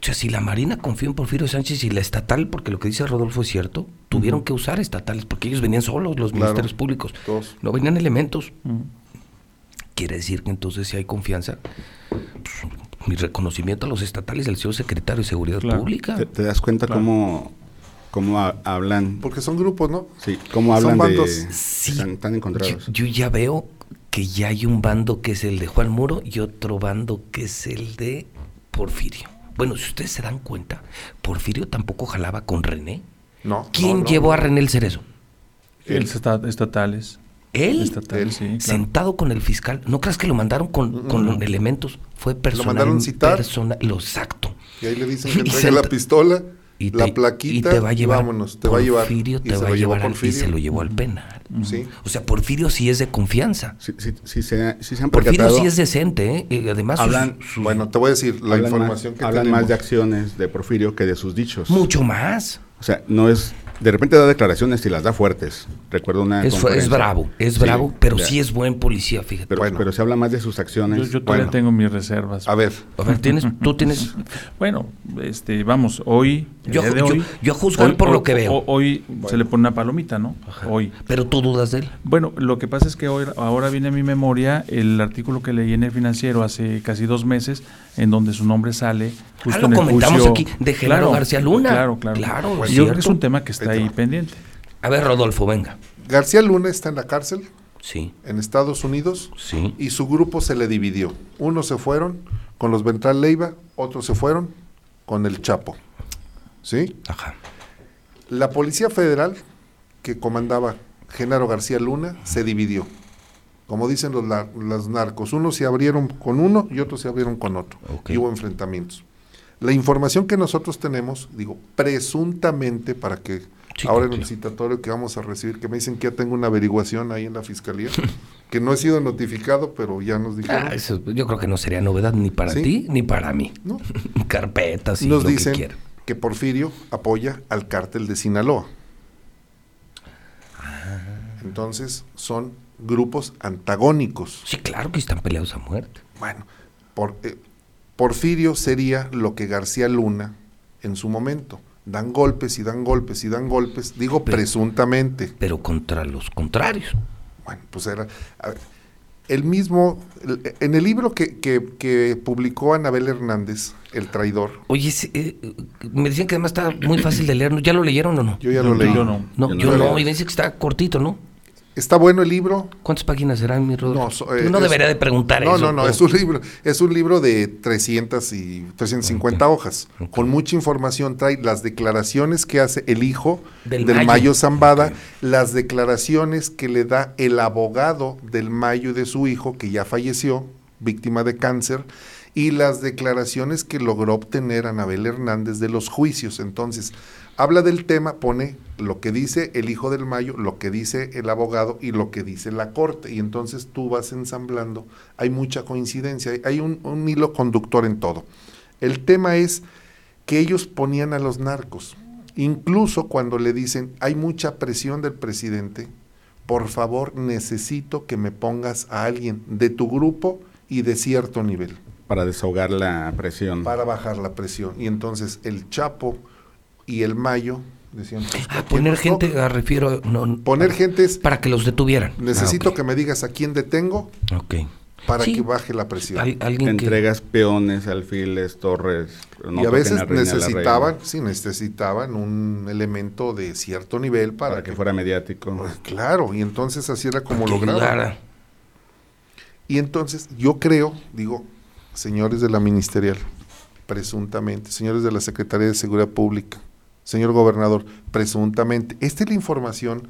A: O sea, si la Marina confió en Porfirio Sánchez y la estatal, porque lo que dice Rodolfo es cierto, tuvieron que usar estatales, porque ellos venían solos, los
B: Claro.
A: ministerios públicos.
B: todos.
A: No venían elementos.
D: Ujú.
A: Quiere decir que entonces si hay confianza, pues, mi reconocimiento a los estatales del señor secretario de Seguridad
D: Claro.
A: Pública.
C: ¿Te, te das cuenta
D: Claro.
C: cómo, cómo ha- hablan?
B: Porque son grupos, ¿no?
C: Sí, cómo
B: Son
C: hablan de...
B: bandos.
A: Sí.
C: Están, están
A: Yo,
C: encontrados.
A: yo ya veo que ya hay un bando que es el de Juan Muro y otro bando que es el de Porfirio. Bueno, si ustedes se dan cuenta, Porfirio tampoco jalaba con René.
B: No.
A: ¿Quién
B: no, no.
A: llevó a René el Cerezo?
B: Él.
D: El esta- estatales.
A: Él,
D: Estatal,
B: Él.
D: sí, claro.
A: sentado con el fiscal. ¿No creas que lo mandaron
B: Mm,
A: con, con los elementos? Fue personal.
B: mandaron citar?
A: persona- lo exacto.
B: Y ahí le dicen
A: Y
B: que
A: se-
B: traiga la pistola,
A: Y te-
B: la plaquita,
A: y te va a llevar.
B: vámonos, te va a llevar.
A: Porfirio te
B: Y se
A: va
B: lo
A: a
B: llevó
A: llevar al- y
B: Porfirio.
A: se lo llevó al penal.
B: Sí.
A: O sea, Porfirio sí es de confianza.
C: Sí, sí, sí se, ha- sí se han
A: Porfirio
C: percatado.
A: sí es decente, ¿eh? Y además, sus-
C: Hablan-
B: Bueno, te voy a decir la
C: hablan
B: información
C: más,
B: que
C: hablan
B: tenemos.
C: más de acciones de Porfirio que de sus dichos.
A: mucho más.
C: O sea, no es... De repente da declaraciones y las da fuertes. Recuerdo una
B: Ah,
A: Es, fu- es
C: conferencia.
A: bravo, es
C: Sí,
A: bravo, pero
C: ya.
A: sí es buen policía, fíjate.
C: Pero,
B: Bueno.
C: pero se habla más de sus
D: Yo,
C: acciones.
D: yo todavía
C: Bueno,
D: tengo mis reservas.
B: A ver,
A: A ver, tienes, tú tienes.
D: Bueno, este, vamos, hoy. el
A: Yo-
D: día de
A: yo-
D: hoy-
A: yo a juzgar por lo que veo.
D: o- Hoy se le pone una palomita, ¿no? Hoy.
A: Pero tú dudas de él.
D: Bueno, lo que pasa es que hoy, ahora viene a mi memoria el artículo que leí en el financiero hace casi dos meses, en donde su nombre sale.
A: Ah, lo
D: en el
A: comentamos
D: juicio-
A: aquí, de Genaro García Luna.
D: Claro, claro.
A: Claro,
D: Y
A: es
D: yo creo que es
A: cierto.
D: un tema que está
B: Ahí te
D: ahí
B: va.
D: pendiente.
A: A ver, Rodolfo, venga.
B: García Luna está en la cárcel
A: Sí,
B: en Estados Unidos
A: sí.
B: y su grupo se le dividió. Unos se fueron con los Ventral Leiva, otros se fueron con el Chapo. ¿Sí?
A: Ajá.
B: La Policía Federal que comandaba Genaro García Luna se dividió. Como dicen los, lar- los narcos, unos se abrieron con uno y otros se abrieron con otro.
A: Ok.
B: Y hubo enfrentamientos. La información que nosotros tenemos, digo, presuntamente, para que
A: Sí,
B: ahora en
A: claro.
B: el citatorio que vamos a recibir, que me dicen que ya tengo una averiguación ahí en la fiscalía, que no he sido notificado, pero ya nos dijeron.
A: Ah, eso, yo creo que no sería novedad ni para
B: Sí.
A: ti ni para mí.
B: ¿no?
A: Carpetas y
B: nos
A: lo
B: dicen
A: que
B: que,
A: quiera.
B: Porfirio apoya al cártel de Sinaloa. Entonces son grupos antagónicos.
A: Sí, claro que están peleados a muerte.
B: Bueno, por- eh, Porfirio sería lo que García Luna en su momento. Dan golpes y dan golpes y dan golpes, digo
A: Pero-
B: presuntamente.
A: Pero contra los contrarios.
B: Bueno, pues era. a ver, el mismo. el- en el libro que, que- que publicó Anabel Hernández, El traidor,
A: Oye, ese, eh, me decían que además está muy fácil de leer. ¿no? ¿Ya lo leyeron o no?
B: yo ya
D: Yo-
B: lo leí.
D: yo no.
A: No,
C: Yo no
A: yo
B: lo
A: no.
B: leí.
A: Y me dicen que está cortito, ¿no?
B: Está bueno el libro.
A: ¿Cuántas páginas serán, mi Rodolfo?
B: No, so- eh,
A: Tú no
B: es-
A: debería de preguntar
B: No,
A: eso.
B: no, no,
A: pero-
B: es un libro, es un libro de 300 y 350 hojas,
A: ok.
B: con mucha información, trae las declaraciones que hace el hijo
A: Del
B: del,
A: Mayo.
B: Mayo, Zambada, las declaraciones que le da el abogado del Mayo de su hijo, que ya falleció, víctima de cáncer, y las declaraciones que logró obtener Anabel Hernández de los juicios. Entonces, habla del tema, pone lo que dice el hijo del Mayo, lo que dice el abogado y lo que dice la corte. Y entonces tú vas ensamblando. Hay mucha coincidencia, hay- hay un, un hilo conductor en todo. El tema es que ellos ponían a los narcos. Incluso cuando le dicen, hay mucha presión del presidente, por favor necesito que me pongas a alguien de tu grupo y de cierto nivel
C: para desahogar la presión.
B: para bajar la presión. Y entonces el Chapo y el Mayo decían, pues,
A: Ah,
B: ¿a quién
A: poner
B: nos
A: gente,
B: toca?
A: ah, refiero. no, no,
B: Poner
A: para-
B: gente es,
A: Para que los detuvieran.
B: necesito
A: Ah,
B: que me digas a quién detengo
A: ok. Ok.
B: para
A: Sí,
B: que baje la presión.
A: al- alguien que.
C: Entregas peones, alfiles, torres. no
B: y a
C: toquen la
B: veces
C: reina, la reina,
B: necesitaban, sí, necesitaban un elemento de cierto nivel para,
C: para que fuera mediático.
B: Pues, claro, y entonces así era como
A: que
B: lograron.
A: ayudara.
B: Y entonces yo creo, digo, señores de la ministerial, presuntamente, señores de la Secretaría de Seguridad Pública, señor gobernador, presuntamente, esta es la información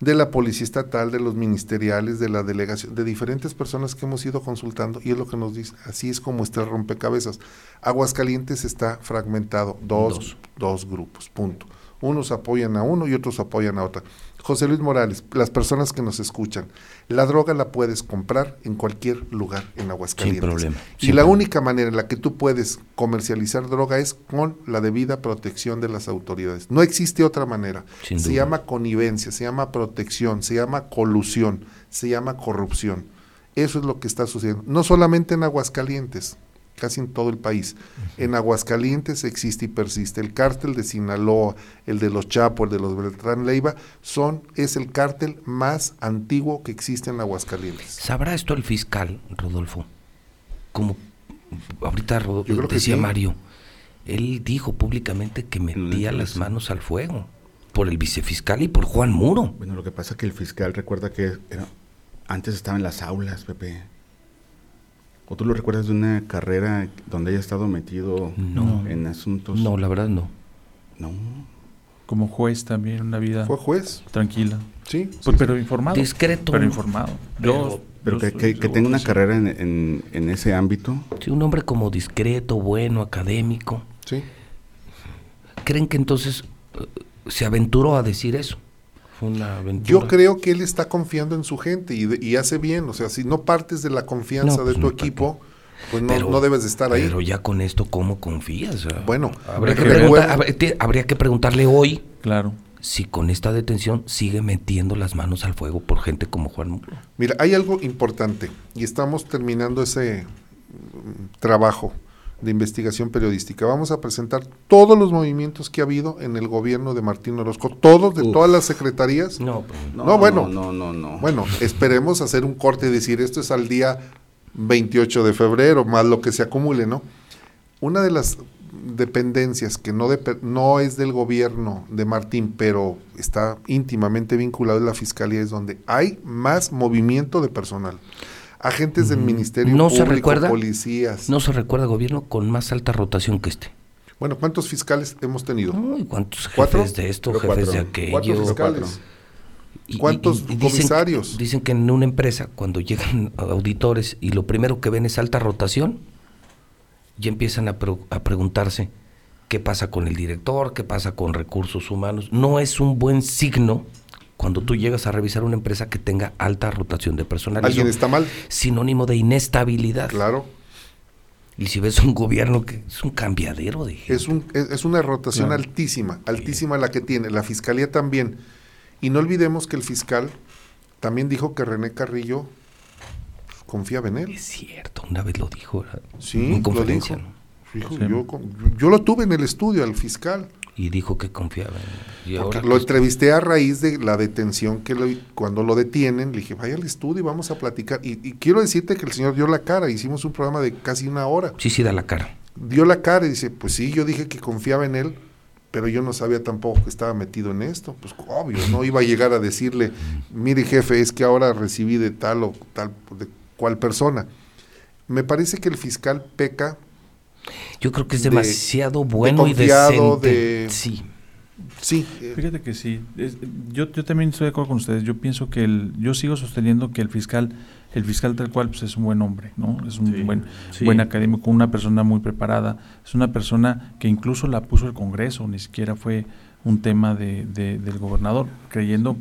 B: de la policía estatal, de los ministeriales, de la delegación, de diferentes personas que hemos ido consultando y es lo que nos dice, así es como está el rompecabezas. Aguascalientes está fragmentado, dos,
A: Dos.
B: dos. grupos, punto. Unos apoyan a uno y otros apoyan a otra. José Luis Morales, las personas que nos escuchan, la droga la puedes comprar en cualquier lugar en Aguascalientes.
A: problema,
B: Y
A: sin
B: la
A: problema.
B: única manera en la que tú puedes comercializar droga es con la debida protección de las autoridades. No existe otra manera.
A: Sin
B: se
A: duda.
B: llama connivencia, se llama protección, se llama colusión, se llama corrupción. Eso es lo que está sucediendo. No solamente en Aguascalientes, casi en todo el país. En Aguascalientes existe y persiste el cártel de Sinaloa, el de los Chapo, el de los Beltrán Leiva, son es el cártel más antiguo que existe en Aguascalientes.
A: ¿Sabrá esto el fiscal, Rodolfo? Como ahorita Ro-
B: Yo creo que
A: decía
B: sí.
A: Mario, él dijo públicamente que
C: una
A: metía las
C: entrevista.
A: manos al fuego por el vicefiscal y por Juan Muro.
C: Bueno, lo que pasa es que el fiscal recuerda que era- antes estaba en las aulas, Pepe. ¿O tú lo recuerdas de una carrera donde haya estado metido
A: No.
C: en asuntos?
A: No, la verdad no.
C: No.
D: Como juez también, una
A: Ah.
D: vida
B: Fue juez,
D: tranquila.
B: sí.
D: Pues, pero informado.
A: Discreto.
D: Pero informado. Yo-
C: Pero
D: yo
C: que,
D: soy
C: que- que
D: seguro
C: tenga una
D: sí.
C: carrera en, en- en ese ámbito.
A: Sí, un hombre como discreto, bueno, académico.
B: Sí.
A: ¿Creen que entonces eh, se aventuró a decir eso? Fue una aventura.
B: Yo creo que él está confiando en su gente y, de- y hace bien. O sea, si no partes de la confianza
A: No,
B: de
A: pues
B: tu
A: no,
B: equipo, pues no,
A: Pero-
B: no debes de estar ahí.
A: Pero ya con esto, ¿cómo confías? Ah,
B: Bueno,
A: habría que,
D: recuerda-
A: preguntar- habr- te- habría que preguntarle hoy
D: Claro.
A: si con esta detención sigue metiendo las manos al fuego por gente como Juan Muro.
B: Mira, hay algo importante y estamos terminando ese mm, trabajo de investigación periodística. Vamos a presentar todos los movimientos que ha habido en el gobierno de Martín Orozco, todos de
C: Uf.
B: todas las secretarías.
A: No,
C: pues,
B: No, bueno.
C: No, no, no.
B: Bueno, esperemos hacer un corte y decir esto es al día 28 de febrero, más lo que se acumule, ¿no? Una de las dependencias que no, depe- no es del gobierno de Martín, pero está íntimamente vinculado a la fiscalía, es donde hay más movimiento de personal. Agentes del Ministerio
A: ¿No se
B: Público,
A: recuerda?
B: policías.
A: no se recuerda gobierno con más alta rotación que este.
B: Bueno, ¿cuántos fiscales hemos tenido?
A: Uy, ¿Cuántos jefes
B: ¿Cuatro?
A: de esto,
C: Creo
A: jefes de
C: cuatro.
A: aquello?
B: Cuatro fiscales.
C: cuatro.
A: Y- y-
B: ¿Cuántos
A: y dicen-
B: comisarios?
A: Dicen que en una empresa, cuando llegan auditores y lo primero que ven es alta rotación, ya empiezan a, pre- a preguntarse qué pasa con el director, qué pasa con recursos humanos. No es un buen signo cuando tú llegas a revisar una empresa que tenga alta rotación de personal.
B: ¿Alguien
A: Eso
B: está mal?
A: Sinónimo de inestabilidad.
B: Claro.
A: Y si ves un gobierno que es un cambiadero de gente.
B: Es, un, es, es una rotación
D: Claro.
B: altísima, altísima la que tiene, la fiscalía también. Y no olvidemos que el fiscal también dijo que René Carrillo pues, confiaba en él.
A: Es cierto, una vez lo dijo. ¿verdad?
B: Sí,
A: en
B: lo
A: conferencia.
B: dijo.
A: ¿no?
B: Dijo,
D: Sí.
B: yo, con- yo lo tuve en el estudio al fiscal,
A: Y dijo que confiaba. en él. Y
B: porque
A: ahora,
B: lo
A: pues,
B: entrevisté a raíz de la detención que lo- cuando lo detienen, le dije, vaya al estudio y vamos a platicar. Y, y quiero decirte que el señor dio la cara, hicimos un programa de casi una hora.
A: sí, sí da la cara.
B: dio la cara y dice, pues sí, yo dije que confiaba en él, pero yo no sabía tampoco que estaba metido en esto, pues obvio, no iba a llegar a decirle, mire jefe, es que ahora recibí de tal o tal, de cual persona. Me parece que el fiscal peca
A: Yo creo que es
B: de-
A: demasiado
B: de
A: bueno y
B: confiado,
A: decente.
B: de-
A: Sí.
B: Sí, eh,
D: Fíjate que sí. Es- yo, yo también estoy de acuerdo con ustedes. Yo pienso que el, yo sigo sosteniendo que el fiscal, el fiscal tal cual, pues es un buen hombre, ¿no? Es un
E: Sí,
D: buen,
E: sí.
D: buen académico, una persona muy preparada. Es una persona que incluso la puso el Congreso, ni siquiera fue un tema de, de- del gobernador, creyendo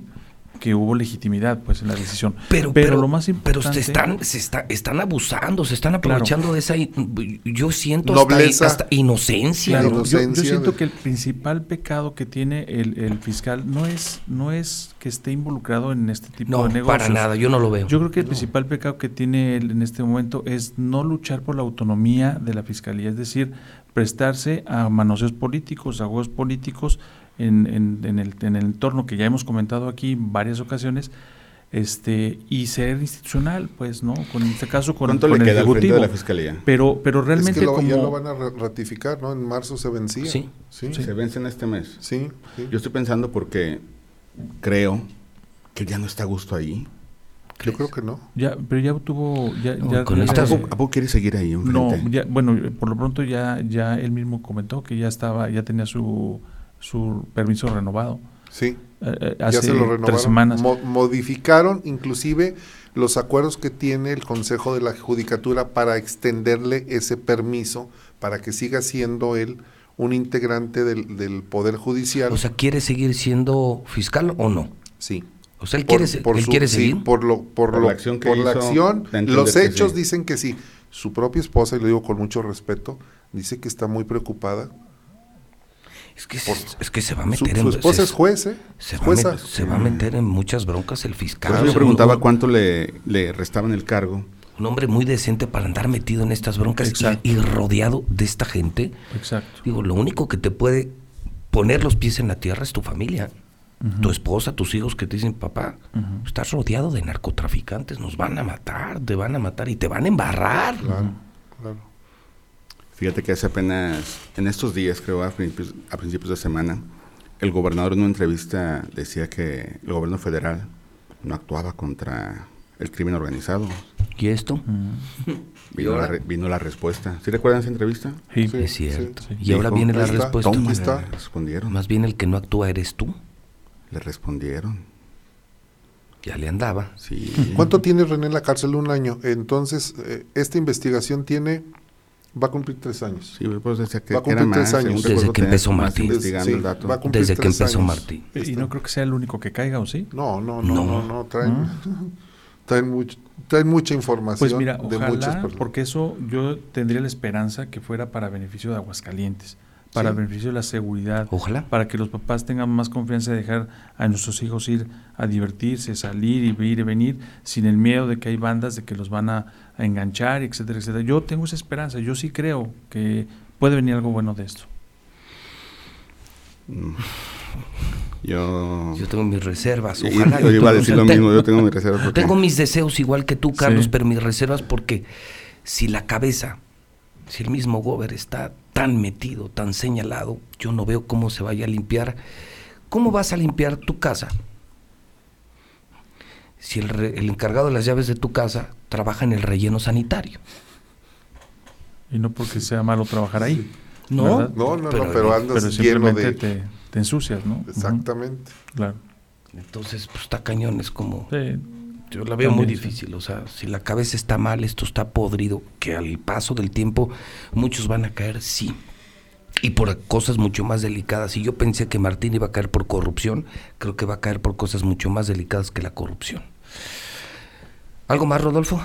D: que hubo legitimidad, pues, en la decisión.
A: Pero, pero,
D: lo más
A: pero
D: importante.
A: se están, se está- están abusando, se están
D: Claro.
A: aprovechando de esa, in- yo siento hasta,
B: Nobleza.
A: hasta inocencia.
D: Claro,
B: la
D: yo- yo,
B: inocencia
D: siento
B: de-
D: que el principal pecado que tiene el, el fiscal no es, no es que esté involucrado en este tipo
A: No,
D: de negocios.
A: para nada, yo no lo veo.
D: Yo creo que el principal pecado que tiene él en este momento es no luchar por la autonomía de la fiscalía, es decir, prestarse a manoseos políticos, a juegos políticos en, en- en el, en el entorno que ya hemos comentado aquí en varias ocasiones. Este, y ser institucional, pues, ¿no? Con en este caso, con,
C: ¿Cuánto
D: con
C: le
D: el
C: queda al frente
D: Ejecutivo.
C: de la fiscalía?
D: pero, pero realmente
B: es que lo-
D: como...
B: ya lo van a ra- ratificar, ¿no? En marzo se vencía.
A: Sí.
B: Sí,
C: Se
B: sí.
C: vencen este mes.
B: sí.
C: Yo estoy pensando porque creo que ya no está a gusto ahí.
B: Yo creo que no.
D: Ya, pero ya tuvo... Ya,
A: No,
D: ya-
A: con
D: ya-
C: ¿A
A: estas-
C: poco, a poco quiere seguir ahí? un
D: No,
C: frente?
D: ya, bueno, eh, por lo pronto ya, ya él mismo comentó que ya estaba, ya tenía su, su permiso renovado.
B: Sí.
D: eh, eh,
B: ya
D: hace
B: se lo renovaron.
D: tres semanas.
B: Mo- modificaron inclusive los acuerdos que tiene el Consejo de la Judicatura para extenderle ese permiso para que siga siendo él un integrante del, del Poder Judicial.
A: O sea, ¿quiere seguir siendo fiscal o no?
B: sí.
A: O sea, él quiere, se- él
B: su-
A: quiere
B: sí,
A: seguir.
B: por lo, por,
C: Por
B: lo-
C: la acción que
B: por la
C: hizo,
B: acción,
C: da a entender
B: los
C: que
B: hechos
C: sí.
B: dicen que sí. Su propia esposa, y lo digo con mucho respeto, dice que está muy preocupada.
A: es, que
B: por-
A: se, es que se va a
B: Su,
A: meter
B: su
A: en
B: esposa
A: se-
B: es juez, ¿eh?
A: se va, a
B: Jueza.
A: met- se va a meter en muchas broncas el fiscal.
C: Por eso yo
A: seguro.
C: preguntaba cuánto le, le restaban el cargo.
A: Un hombre muy decente para andar metido en estas broncas y-
D: Exacto.
A: y, rodeado de esta gente.
D: Exacto.
A: Digo, lo único que te puede poner los pies en la tierra es tu familia. Tu esposa, tus hijos que te dicen, papá,
D: Ujú.
A: estás rodeado de narcotraficantes, nos van a matar, te van a matar y te van a embarrar.
B: Claro, claro.
C: Fíjate que hace apenas, en estos días, creo, a principios, a principios de semana, el gobernador en una entrevista decía que el gobierno federal no actuaba contra el crimen organizado.
A: ¿Y esto?
C: Vino, la,
A: ahora?
C: re- vino la respuesta. ¿Sí recuerdan esa entrevista?
D: Sí.
B: Sí.
A: es cierto.
B: sí, sí.
A: Y ahora
C: Dijo,
A: viene la
B: ahí está,
A: respuesta.
C: Tómala,
B: está.
C: le respondieron.
A: Más bien el que no actúa eres tú.
C: Le respondieron.
A: Ya le andaba.
C: Sí.
B: ¿Cuánto tiene René en la cárcel? Un año. Entonces, eh, esta investigación tiene, va a cumplir tres años.
C: Sí, pues decía que,
B: Va a
C: que era
B: cumplir tres
C: más.
B: años.
C: según
A: Desde
C: recuerdo,
A: que
C: tenía
A: empezó
C: más
A: Martín.
C: investigando
B: Sí,
C: el dato.
B: va a cumplir
A: Desde que
B: tres
A: empezó
B: años.
A: Martín.
D: Y y no creo que sea el único que caiga, ¿o sí?
B: No, no, no,
A: No.
B: no, no, traen, traen, much- traen mucha información
D: ¿Mm? Pues mira,
B: de muchas
D: ojalá,
B: personas.
D: porque eso yo tendría la esperanza que fuera para beneficio de Aguascalientes, para
B: Sí.
D: beneficio de la seguridad,
A: Ojalá.
D: para que los papás tengan más confianza de dejar a nuestros hijos ir a divertirse, salir y ir y venir, sin el miedo de que hay bandas de que los van a, a enganchar, etcétera, etcétera. Yo tengo esa esperanza, yo sí creo que puede venir algo bueno de esto.
C: Mm. Yo,
A: Yo tengo mis reservas.
C: y-
A: Ojalá.
C: yo
A: y
C: iba a
A: tú-
C: decir lo
A: te-
C: mismo, yo tengo mis reservas. porque-
A: Tengo mis deseos igual que tú, Carlos,
D: Sí.
A: pero mis reservas porque si la cabeza, si el mismo Gober está tan metido, tan señalado, yo no veo cómo se vaya a limpiar. ¿Cómo vas a limpiar tu casa? Si el, re- el encargado de las llaves de tu casa trabaja en el relleno sanitario.
D: Y no porque sea malo trabajar ahí,
A: No,
D: ¿Verdad?
B: No, no,
A: Pero-
B: no, pero
D: pero
B: andas lleno
D: simplemente
B: de...
D: te, te ensucias, ¿no? Ujú,
B: Exactamente.
D: Claro.
A: Entonces, pues está cañón, es como...
D: Sí.
A: Yo la veo muy
D: También, sí.
A: difícil, o sea, si la cabeza está mal, esto está podrido, que al paso del tiempo muchos van a caer, sí. Y por cosas mucho más delicadas. Si yo pensé que Martín iba a caer por corrupción, creo que va a caer por cosas mucho más delicadas que la corrupción. ¿Algo más, Rodolfo?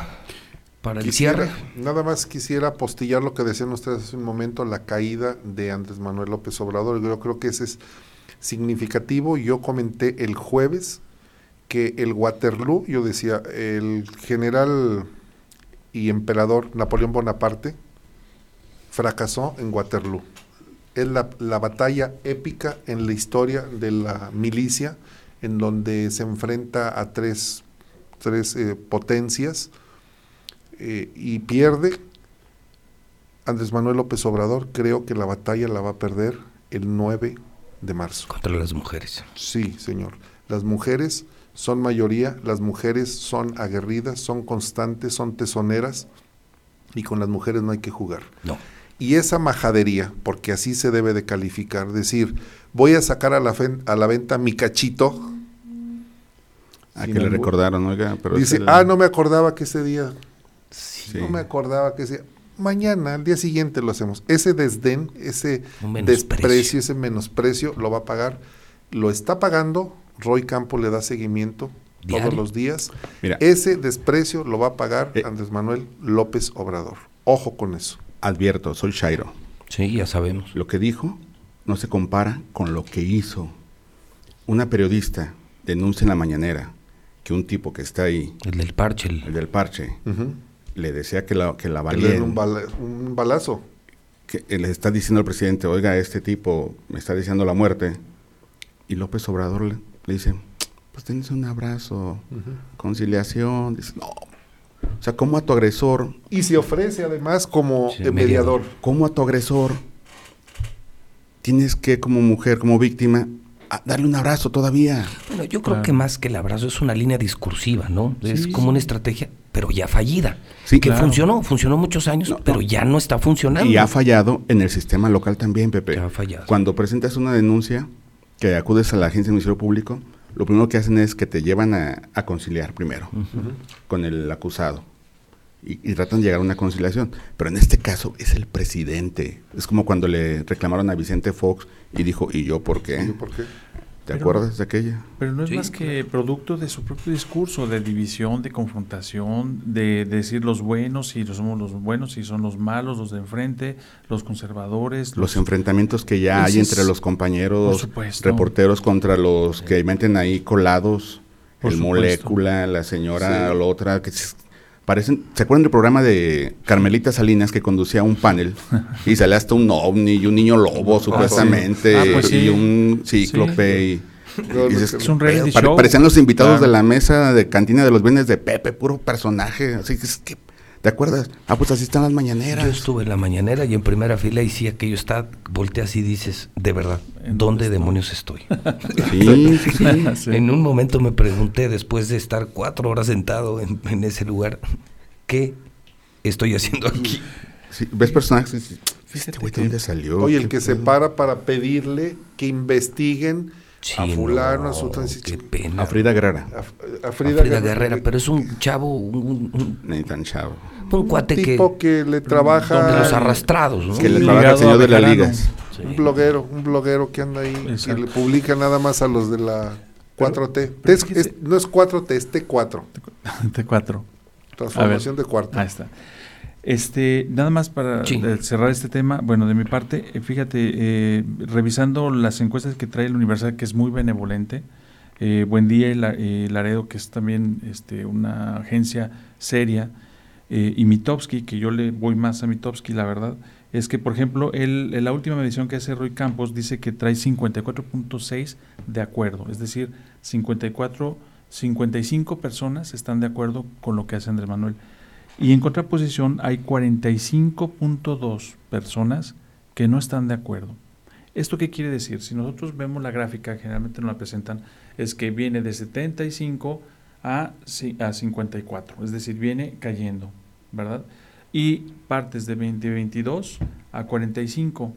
A: Para el
B: Quisiera-
A: cierre.
B: Nada más quisiera apostillar lo que decían ustedes hace un momento, la caída de Andrés Manuel López Obrador. Yo creo que ese es significativo. Yo comenté el jueves que el Waterloo, yo decía, el general y emperador Napoleón Bonaparte fracasó en Waterloo. Es la, la batalla épica en la historia de la milicia, en donde se enfrenta a tres, tres eh, potencias eh, y pierde Andrés Manuel López Obrador, creo que la batalla la va a perder el 9 de marzo.
A: Contra las mujeres.
B: Sí, señor. Las mujeres son mayoría, las mujeres son aguerridas, son constantes, son tesoneras y con las mujeres no hay que jugar.
A: No.
B: Y esa majadería, porque así se debe de calificar, decir, voy a sacar a la, fen- a la venta mi cachito.
C: A
B: Sin
C: Ah, que le
B: albur.
C: recordaron, oiga, pero es
B: Dice,
C: el-
B: ah, no me acordaba que ese día,
C: sí.
B: no me acordaba que ese mañana, al día siguiente lo hacemos. Ese desdén, ese
A: Un menosprecio.
B: desprecio, ese menosprecio, lo va a pagar, lo está pagando, Roy Campo le da seguimiento
A: Diario.
B: todos los días.
C: Mira,
B: Ese desprecio lo va a pagar
C: Eh.
B: Andrés Manuel López Obrador. Ojo con eso.
C: advierto, soy Shairo.
A: Sí, ya sabemos.
C: Lo que dijo no se compara con lo que hizo. Una periodista denuncia en la mañanera que un tipo que está ahí,
A: El del parche. el-
C: el del parche,
B: Ujú.
C: le decía que la, que la
B: Que le den
C: valiera.
B: un, bala- un balazo.
C: que le está diciendo al presidente, oiga, este tipo me está diciendo la muerte. Y López Obrador le, le dice, pues tenés un abrazo, conciliación. Dice, no. O sea, ¿cómo a tu agresor,
B: Y se ofrece además como
A: Sí,
B: eh, mediador.
C: cómo a tu agresor tienes que como mujer, como víctima, a- darle un abrazo todavía?
A: Bueno, yo creo
D: Claro.
A: que más que el abrazo es una línea discursiva, ¿no? es
C: Sí,
A: como
C: sí.
A: una estrategia, pero ya fallida.
C: Sí,
A: que
D: claro.
A: funcionó, funcionó muchos años,
C: No,
A: pero
C: no.
A: ya no está funcionando.
C: Y ha fallado en el sistema local también, Pepe.
A: Ya ha fallado.
C: Cuando presentas una denuncia, que acudes a la agencia de Ministerio Público, lo primero que hacen es que te llevan a, a conciliar primero con el acusado y, y tratan de llegar a una conciliación. Pero en este caso es el presidente. Es como cuando le reclamaron a Vicente Fox y dijo, ¿y yo por qué?
B: ¿Y ¿Por qué?
C: ¿Te
D: Pero-
C: acuerdas de aquella?
D: Pero no es
A: Sí,
D: más que producto de su propio discurso, de división, de confrontación, de decir los buenos y los somos los buenos y son los malos, los de enfrente, los conservadores.
C: Los enfrentamientos que ya hay
D: Ese Pues es-
C: entre los
D: Por
C: compañeros,
D: supuesto.
C: reporteros contra los que meten ahí colados,
D: Por
C: el
D: supuesto.
C: molécula, la señora,
B: Sí.
C: la otra, que se- parecen, ¿se acuerdan del programa de Carmelita Salinas que conducía un panel y salía hasta un ovni y un niño lobo supuestamente
D: Ah, pues sí.
C: y un cíclope y-
B: No, no,
C: y dices,
B: que-
D: Es un reality
C: pare-
D: show. Ah.
C: parecían los invitados
D: Claro.
C: de la mesa de cantina de los bienes de Pepe, puro personaje, así que es que ¿te acuerdas? Ah, pues así están las mañaneras.
A: Yo estuve en la mañanera y en primera fila y sí, aquello está, volteas y dices, de verdad,
D: ¿En
A: ¿dónde
D: dónde estoy?
A: demonios estoy?
C: Sí, sí, sí.
D: Sí.
A: En un momento me pregunté, después de estar cuatro horas sentado en, en ese lugar, ¿qué estoy haciendo aquí?
C: Sí, ¿Ves personajes? y dices,
D: Fíjate
C: Este güey,
D: que-
C: ¿de dónde salió?
B: Oye,
C: ¿Qué
B: el que se
C: pedo?"
B: para para pedirle que investiguen a
A: Sí,
B: fulano,
A: no,
B: a su
A: Qué pena.
C: A Frida Guerrera.
B: a, a
A: A
B: Frida, Guerrero,
A: Guerrera,
B: que-
A: pero es un chavo, un, un-
C: Ni tan chavo.
A: un- un cuate que...
B: tipo que, le
A: Donde
B: trabaja
A: los ¿eh? arrastrados, ¿no?
C: Que le
D: Sí,
C: trabaja al
D: ligado
C: señor
D: a
C: de las
D: Bejarano.
C: ligas.
A: Sí.
B: un bloguero, un bloguero que anda ahí y
D: Exacto.
B: le publica nada más a los de la 4T.
D: pero
B: Es-
D: fíjese-
B: es- no es 4T, es T4,
D: De cuatro.
B: transformación de cuarto.
D: Ahí está. Este, nada más para
A: Sí.
D: eh, cerrar este tema, bueno, de mi parte, eh, fíjate, eh, revisando las encuestas que trae la universidad, que es muy benevolente, eh, Buen Día y La- y Laredo, que es también este, una agencia seria, eh, y Mitowski, que yo le voy más a Mitowski, la verdad, es que, por ejemplo, él, en la última medición que hace Roy Campos dice que trae 54.6 de acuerdo, es decir, 54, 55 personas están de acuerdo con lo que hace Andrés Manuel. Y en contraposición hay 45.2 personas que no están de acuerdo. ¿Esto qué quiere decir? Si nosotros vemos la gráfica, generalmente nos la presentan, es que viene de 75 a, ci- a 54, es decir, viene cayendo, ¿verdad? Y partes de 20, 22 a 45.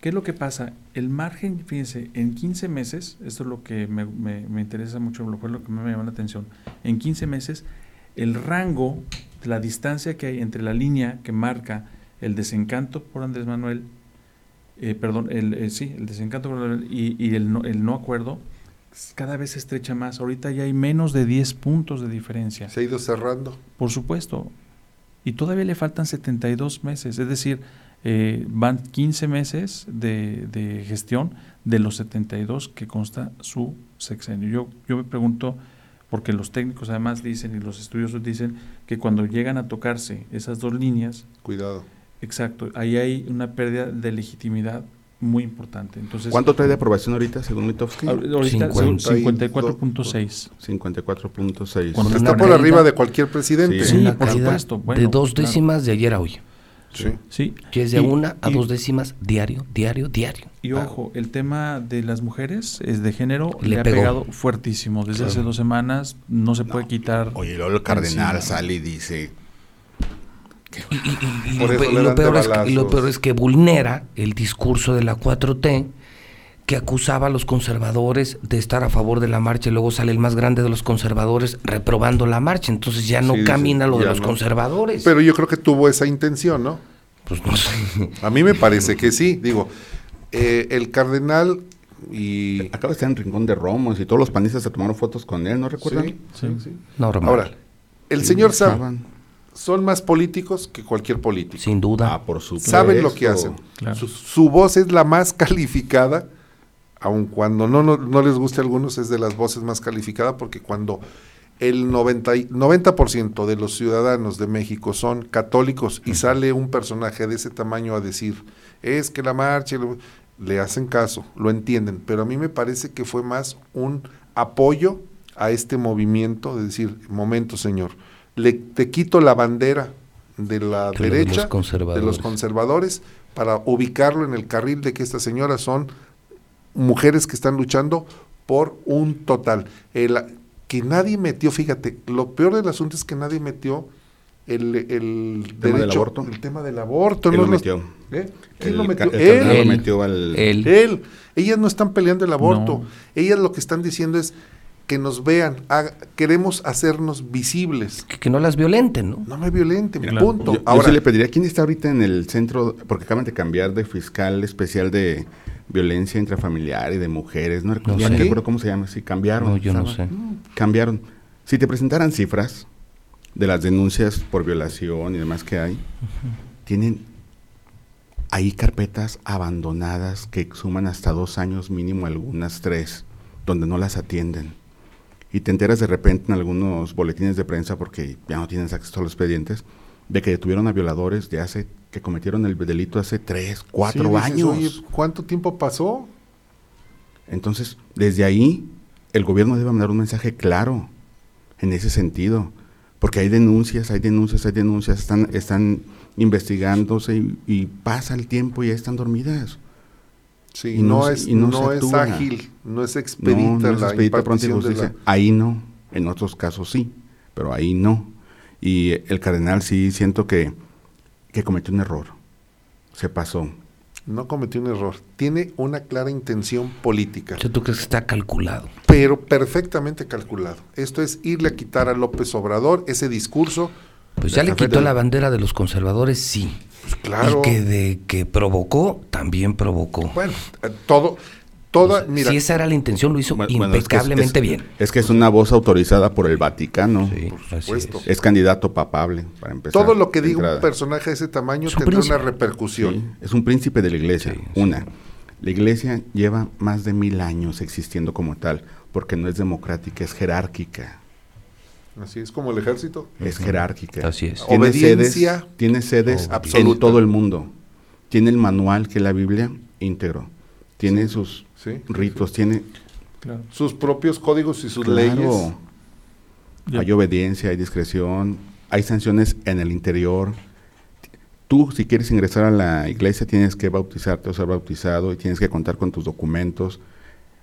D: ¿Qué es lo que pasa? El margen, fíjense, en 15 meses, esto es lo que me, me- me interesa mucho, lo fue lo que me llamó la atención, en 15 meses el rango, la distancia que hay entre la línea que marca el desencanto por Andrés Manuel, eh, perdón, el, eh, sí, el desencanto por Andrés Manuel y, y el, no, el no acuerdo, cada vez se estrecha más. Ahorita ya hay menos de 10 puntos de diferencia.
B: Se ha ido cerrando.
D: Por supuesto. Y todavía le faltan 72 meses, es decir, eh, van 15 meses de, de gestión de los 72 que consta su sexenio. Yo, yo me pregunto, porque los técnicos además dicen y los estudiosos dicen que cuando llegan a tocarse esas dos líneas,
B: Cuidado.
D: exacto, ahí hay una pérdida de legitimidad muy importante. Entonces,
C: ¿Cuánto trae de aprobación ahorita, según Mitofsky?
D: ahor- ahorita según 54.6.
C: 54.6.
A: Con
B: Está
A: una
B: por
A: caída.
B: arriba de cualquier presidente.
C: Sí,
A: Una
D: por
A: caída
D: supuesto, bueno,
A: de dos
D: claro.
A: décimas de ayer a hoy.
B: Sí.
D: ¿sí?
A: Que es de
D: Y-
A: una a
D: y-
A: dos décimas diario, diario, diario.
D: Y ojo, el tema de las mujeres es de género
A: Le
D: le, ha
A: pegó.
D: pegado fuertísimo desde hace dos semanas, no se puede quitar.
C: Oye, luego el cardenal
D: Encima.
C: sale y dice,
A: Y, y- y- y
B: Por
A: lo,
B: eso
A: pe- y
B: le
A: lo
B: dan de
A: peor es, que- y lo
B: balazos.
A: peor es que vulnera el discurso de la 4T que acusaba a los conservadores de estar a favor de la marcha y luego sale el más grande de los conservadores reprobando la marcha. Entonces ya no
B: Sí, dice,
A: camina lo de
B: ya
A: los
B: no.
A: conservadores.
B: Pero yo creo que tuvo esa intención, ¿no?
A: pues no sé.
B: A mí me parece que sí. Digo, eh, el cardenal y...
C: acaba de estar en Rincón de Romos y todos los panistas se tomaron fotos con él, ¿no recuerdan?
B: Sí,
D: Sí.
B: sí.
A: Normal.
B: Ahora, el señor sabe,
C: Estaban-
B: son más políticos que cualquier político.
A: sin duda.
C: Ah, por supuesto.
B: Saben lo que hacen.
D: Claro.
B: Su, su voz es la más calificada, aun cuando no, no, no les guste a algunos, es de las voces más calificadas, porque cuando el 90, y- 90% de los ciudadanos de México son católicos y sale un personaje de ese tamaño a decir, es que la marcha, y lo-", le hacen caso, lo entienden, pero a mí me parece que fue más un apoyo a este movimiento, de decir, momento señor, le, te quito la bandera de la
A: Que lo de los
B: derecha, de los
A: conservadores.
B: conservadores para ubicarlo en el carril de que estas señoras son mujeres que están luchando por un total. El- que nadie metió, fíjate, lo peor del asunto es que nadie metió el, el
C: tema del
B: derecho,
C: aborto.
B: el tema del aborto.
C: Él
B: no
C: lo
B: los-
C: metió.
B: ¿Eh? ¿Quién
C: El,
B: lo metió?
C: ca- el
B: Él.
C: cardenal
A: Él.
C: lo metió al...
A: Él.
B: Él. Ellas no están peleando el aborto.
D: No.
B: Ellas lo que están diciendo es que nos vean, haga- queremos hacernos visibles.
A: que, que no las violenten, ¿no?
B: No me violenten,
D: Claro.
B: punto.
C: Yo, yo
B: Ahora,
C: sí le pediría, ¿quién está ahorita en el centro? Porque acaban de cambiar de fiscal especial de violencia intrafamiliar y de mujeres. No recuerdo,
A: No
C: ya ni
A: sé.
C: recuerdo cómo se llama. Sí, cambiaron.
A: No, yo no
C: Estaba-
A: sé.
C: Cambiaron. Si te presentaran cifras de las denuncias por violación y demás que hay, tienen ahí carpetas abandonadas que suman hasta dos años mínimo, algunas tres, donde no las atienden. Y te enteras de repente en algunos boletines de prensa, porque ya no tienes acceso a los expedientes, de que detuvieron a violadores de hace, que cometieron el delito hace tres, cuatro
B: sí, dices,
C: años.
B: "Oye, ¿Cuánto tiempo pasó?
C: Entonces, desde ahí, el gobierno debe mandar un mensaje claro en ese sentido, porque hay denuncias, hay denuncias, hay denuncias, están, están investigándose y, y pasa el tiempo y ya están dormidas.
B: Sí,
C: Y
B: no,
C: no se-
B: es,
C: y no
B: no,
C: se
B: es
C: actúa.
B: ágil, no es
C: No,
B: expedita
C: no es
B: la
C: expedita pronta y
B: impartición de la-
C: justicia. Ahí no, en otros casos sí, pero ahí no. Y el cardenal sí siento que, que cometió un error, se pasó.
B: No cometió un error, tiene una clara intención política,
A: O sea, ¿Tú crees que está calculado?
B: pero perfectamente calculado. Esto es irle a quitar a López Obrador ese discurso,
A: Pues
B: La
A: ya le
B: carpeta
A: quitó
B: de-
A: la bandera de los conservadores, sí.
B: pues claro.
A: Y que de que provocó, también provocó.
B: Bueno, eh, todo, toda,
A: O sea,
B: mira,
A: si esa era la intención, lo hizo
C: Bueno, bueno, es que es-
A: impecablemente
C: es-
A: bien.
C: Es que es una voz autorizada por el Vaticano.
B: por supuesto.
C: Es candidato papable, para empezar.
B: todo lo que
C: de
B: diga un
C: entrada.
B: personaje de ese tamaño
A: Es un
B: tendrá
A: príncipe.
B: una repercusión.
C: Sí, es un príncipe de la iglesia.
A: Sí, sí.
C: Una, la iglesia lleva más de mil años existiendo como tal, porque no es democrática, es jerárquica.
B: Así es como el ejército.
C: Es jerárquica.
A: Así es.
C: Tiene
B: Obediencia
C: sedes, tiene sedes en
B: absoluta.
C: todo el mundo. Tiene el manual que es la Biblia íntegro. Tiene sus
B: Sí, sí,
C: ritos, tiene
D: claro.
B: Sus propios códigos y sus
C: claro,
B: leyes.
D: Ya.
C: Hay obediencia, hay discreción, hay sanciones en el interior. Tú, si quieres ingresar a la iglesia, tienes que bautizarte o ser bautizado y tienes que contar con tus documentos.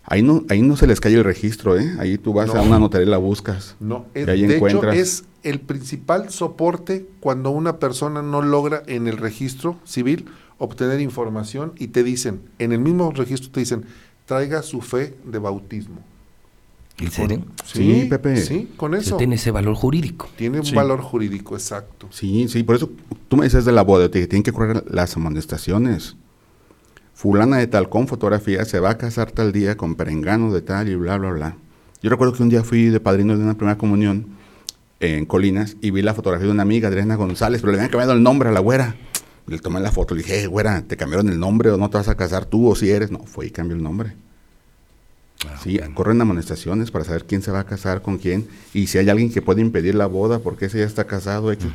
C: Ahí no, ahí no se les cae el registro, ¿eh? Ahí tú vas
B: No.
C: a una notaría y la buscas.
B: No,
C: Y
B: es-
C: ahí
B: de
C: encuentras.
B: hecho es el principal soporte cuando una persona no logra en el registro civil obtener información y te dicen, en el mismo registro te dicen, traiga su fe de bautismo.
A: ¿En serio?
C: Sí, Pepe.
B: Sí, con
A: Se
B: eso.
A: tiene
B: Tiene,
A: ese valor jurídico.
B: un
D: Sí.
B: valor jurídico, exacto.
C: Sí, sí, por eso tú me dices de la boda, te dije, tienen que correr las amonestaciones. Fulana de tal con fotografía se va a casar tal día con perengano de tal y bla, bla, bla. Yo recuerdo que un día fui de padrino de una primera comunión en Colinas y vi la fotografía de una amiga, Adriana González, pero le habían cambiado el nombre a la güera. Le tomé la foto, le dije, "Eh, güera, ¿te cambiaron el nombre o no te vas a casar tú o si eres? No, fue y cambió el nombre.
B: Ah,
C: Sí, corren amonestaciones para saber quién se va a casar con quién y si hay alguien que puede impedir la boda porque ese ya está casado. X.